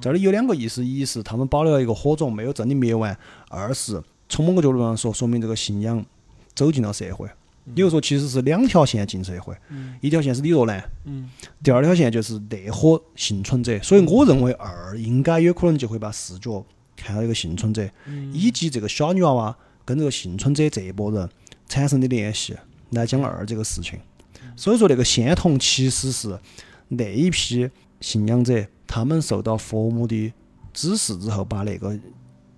A: 这里有两个意思，一是他们保留了一个火种没有真的灭完，二是从某个角度上说，说明这个信仰走进了社会。也就是说，其实是两条线进社会，一条线是李若男，
B: 嗯
A: 第二条线就是那伙幸存者，所以我认为二应该有可能就会把视角看到一个幸存者，
B: 嗯
A: 以及这个小女娃娃跟这个幸存者这一波人产生的联系，来讲二这个事情。
B: 嗯
A: 所以说，那个仙童其实是那一批信仰者，他们受到佛母的指示之后，把那个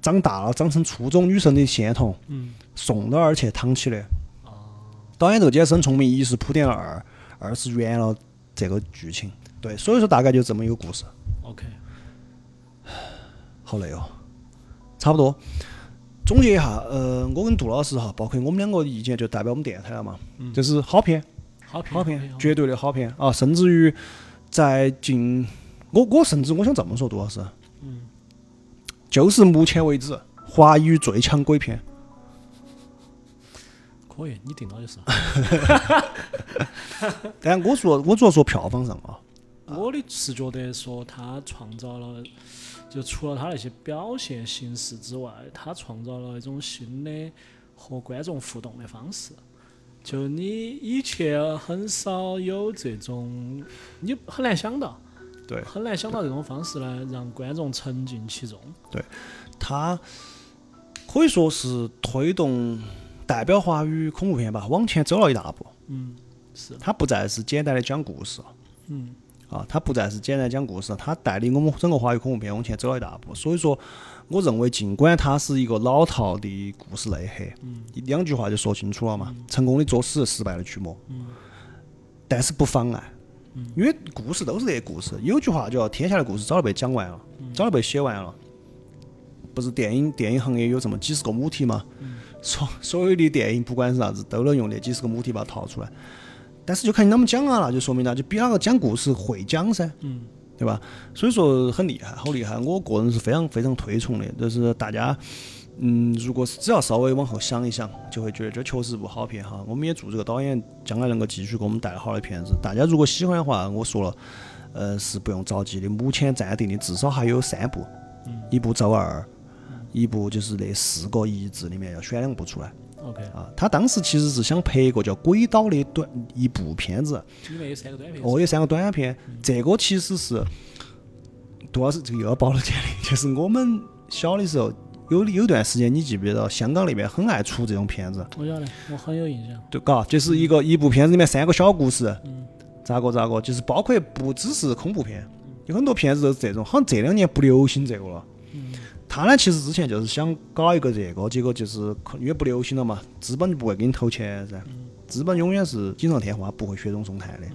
A: 长大了、长成初中女生的仙童
B: 嗯
A: 送到那儿去躺起的。导演这个解释很聪明，一是铺垫了二，二是圆了这个剧情。对，所以说大概就这么一个故事。
B: ，OK，
A: 好累哦，差不多。总结一下，呃，我跟杜老师哈，包括我们两个的意见，就代表我们电台了嘛。就是好片，
B: 好评
A: 好
B: 好
A: 片
B: 评，
A: 绝对的好片啊！甚至于在近，我我甚至我想这么说，杜老师，嗯，就是目前为止华语最强鬼 片，
B: 可以，你定到就是。
A: 但我说我主要说票房上啊，
B: 我的是觉得说他创造了，就除了他那些表现形式之外，他创造了一种新的和观众互动的方式。就你以前很少有这种，你很难想到，
A: 对
B: 很难想到这种方式来让观众沉浸其中。
A: 它可以说是推动代表华语恐怖片吧往前走了一大步。
B: 嗯，是，
A: 它不再是简单的讲故事了
B: 嗯
A: 啊，它不再是简单讲故事了，它带领我们整个华语恐怖片往前走了一大步。所以说，我认为尽管它是一个老套的故事内核，一两句话就说清楚了嘛，成功的作死，失败的驱魔，
B: 嗯
A: 但是不妨碍。因为故事都是这些故事，有句话叫“天下的故事早就被讲完了，早就被写完了”。不是电影电影行业有这么几十个母题吗？所所有的电影不管是啥子，都能用那几十个母题把它套出来。但是就看你啷么讲啊，那就说明那就比那个讲故事会讲噻，
B: 嗯
A: 对吧？所以说很厉害，好厉害！我个人是非常非常推崇的，就是大家，嗯，如果是只要稍微往后想一想，就会觉得这确实是部好片哈。我们也祝这个导演将来能够继续给我们带来好的片子。大家如果喜欢的话，我说了，呃，是不用着急的。目前暂定的至少还有三部，一部《周二》，一部就是那四个一字里面要选两部出来
B: ，OK，
A: 啊。他当时其实是想拍一个叫《鬼岛》的短一部片子，
B: 里面有三个短片。
A: 哦，有三个短片，这个其实是杜老师这个又要暴露年龄，就是我们小的时候有有段时间，你记不记得香港那边很爱出这种片子，
B: 我晓得，我很有印象。
A: 对，嘎，就是一个一部片子里面三个小故事，咋个咋个，就是包括不只是恐怖片，有很多片子都是这种，好像这两年不流行这个了。
B: 嗯
A: 他呢，其实之前就是想搞一个这个，结果就是可因为不流行了嘛，资本就不会给你投钱噻，资本永远是锦上添花，不会雪中送炭的，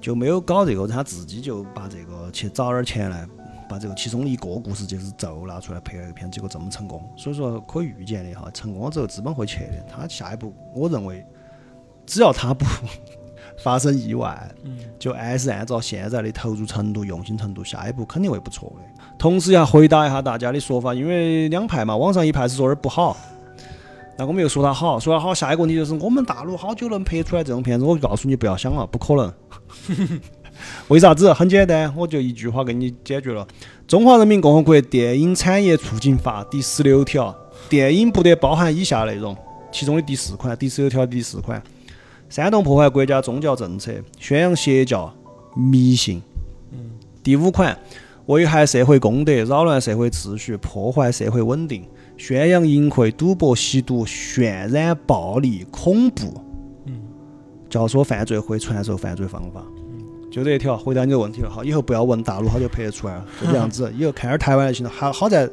A: 就没有搞这个，他自己就把这个去找点儿钱来，把这个其中的一个故事就是咒拿出来拍了一个片，结果这么成功，所以说可以预见的哈，成功了之后资本会去的，他下一步我认为，只要他不 发生意外，就还是按照现在的投入程度、用心程度，下一步肯定会不错的。同时要回答一下大家的说法，因为两派嘛，网上一派是说点不好，那我们又说它好，说它好，下一个问题就是我们大陆好久能拍出来这种片子？我告诉你，不要想了，不可能。为啥子？很简单，我就一句话给你解决了。《中华人民共和国电影产业促进法》第十六条，电影不得包含以下内容，其中的第四款，第十六条第四款，煽动破坏国家宗教政策，宣扬邪教、迷信。第五款，危害社会公德，扰乱社会秩序，破坏社会稳定，宣扬淫秽、赌博、吸毒，渲染暴力、恐怖，教唆犯罪或传授犯罪方法。就这一条，回答你的问题了。好，以后不要问大陆，好久拍得出来了，就这样 子。以后看点儿台湾就行了。好好在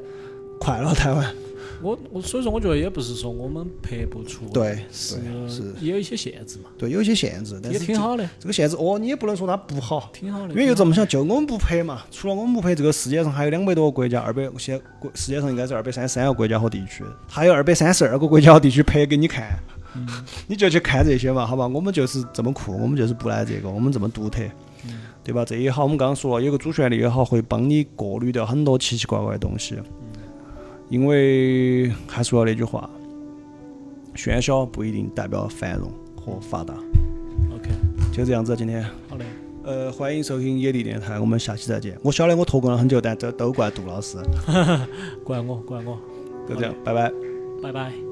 A: 快乐台湾。
B: 我我所以说，我觉得也不是说我们拍不出，
A: 对
B: 是
A: 对啊是
B: 也有一些限制嘛，
A: 对，有一些限制，但
B: 也
A: 是
B: 挺好的，
A: 这。这个限制哦，你也不能说它不好，
B: 挺好的。
A: 因为
B: 挺
A: 就
B: 好
A: 这么想，就我们不拍嘛。除了我们不拍，这个世界上还有两百多个国家，二百现在国世界上应该是二百三十三个国家和地区，还有二百三十二个国家和地区拍给你看， 你就去看这些嘛，好吧？我们就是这么酷，我们就是不来这个，我们这么独特，
B: 嗯
A: 对吧？这也好，我们刚刚说了，有个主旋律也好，会帮你过滤掉很多奇奇怪怪的东西。因为还是要那句话，喧嚣不一定代表繁荣和发达。
B: OK，
A: 就这样子，今天。
B: 好嘞，
A: 呃，欢迎收听野地电台，我们下期再见。我晓得我拖更了很久，但这都怪杜老师。
B: 怪我，怪我，
A: 就这样，拜拜。
B: 拜拜。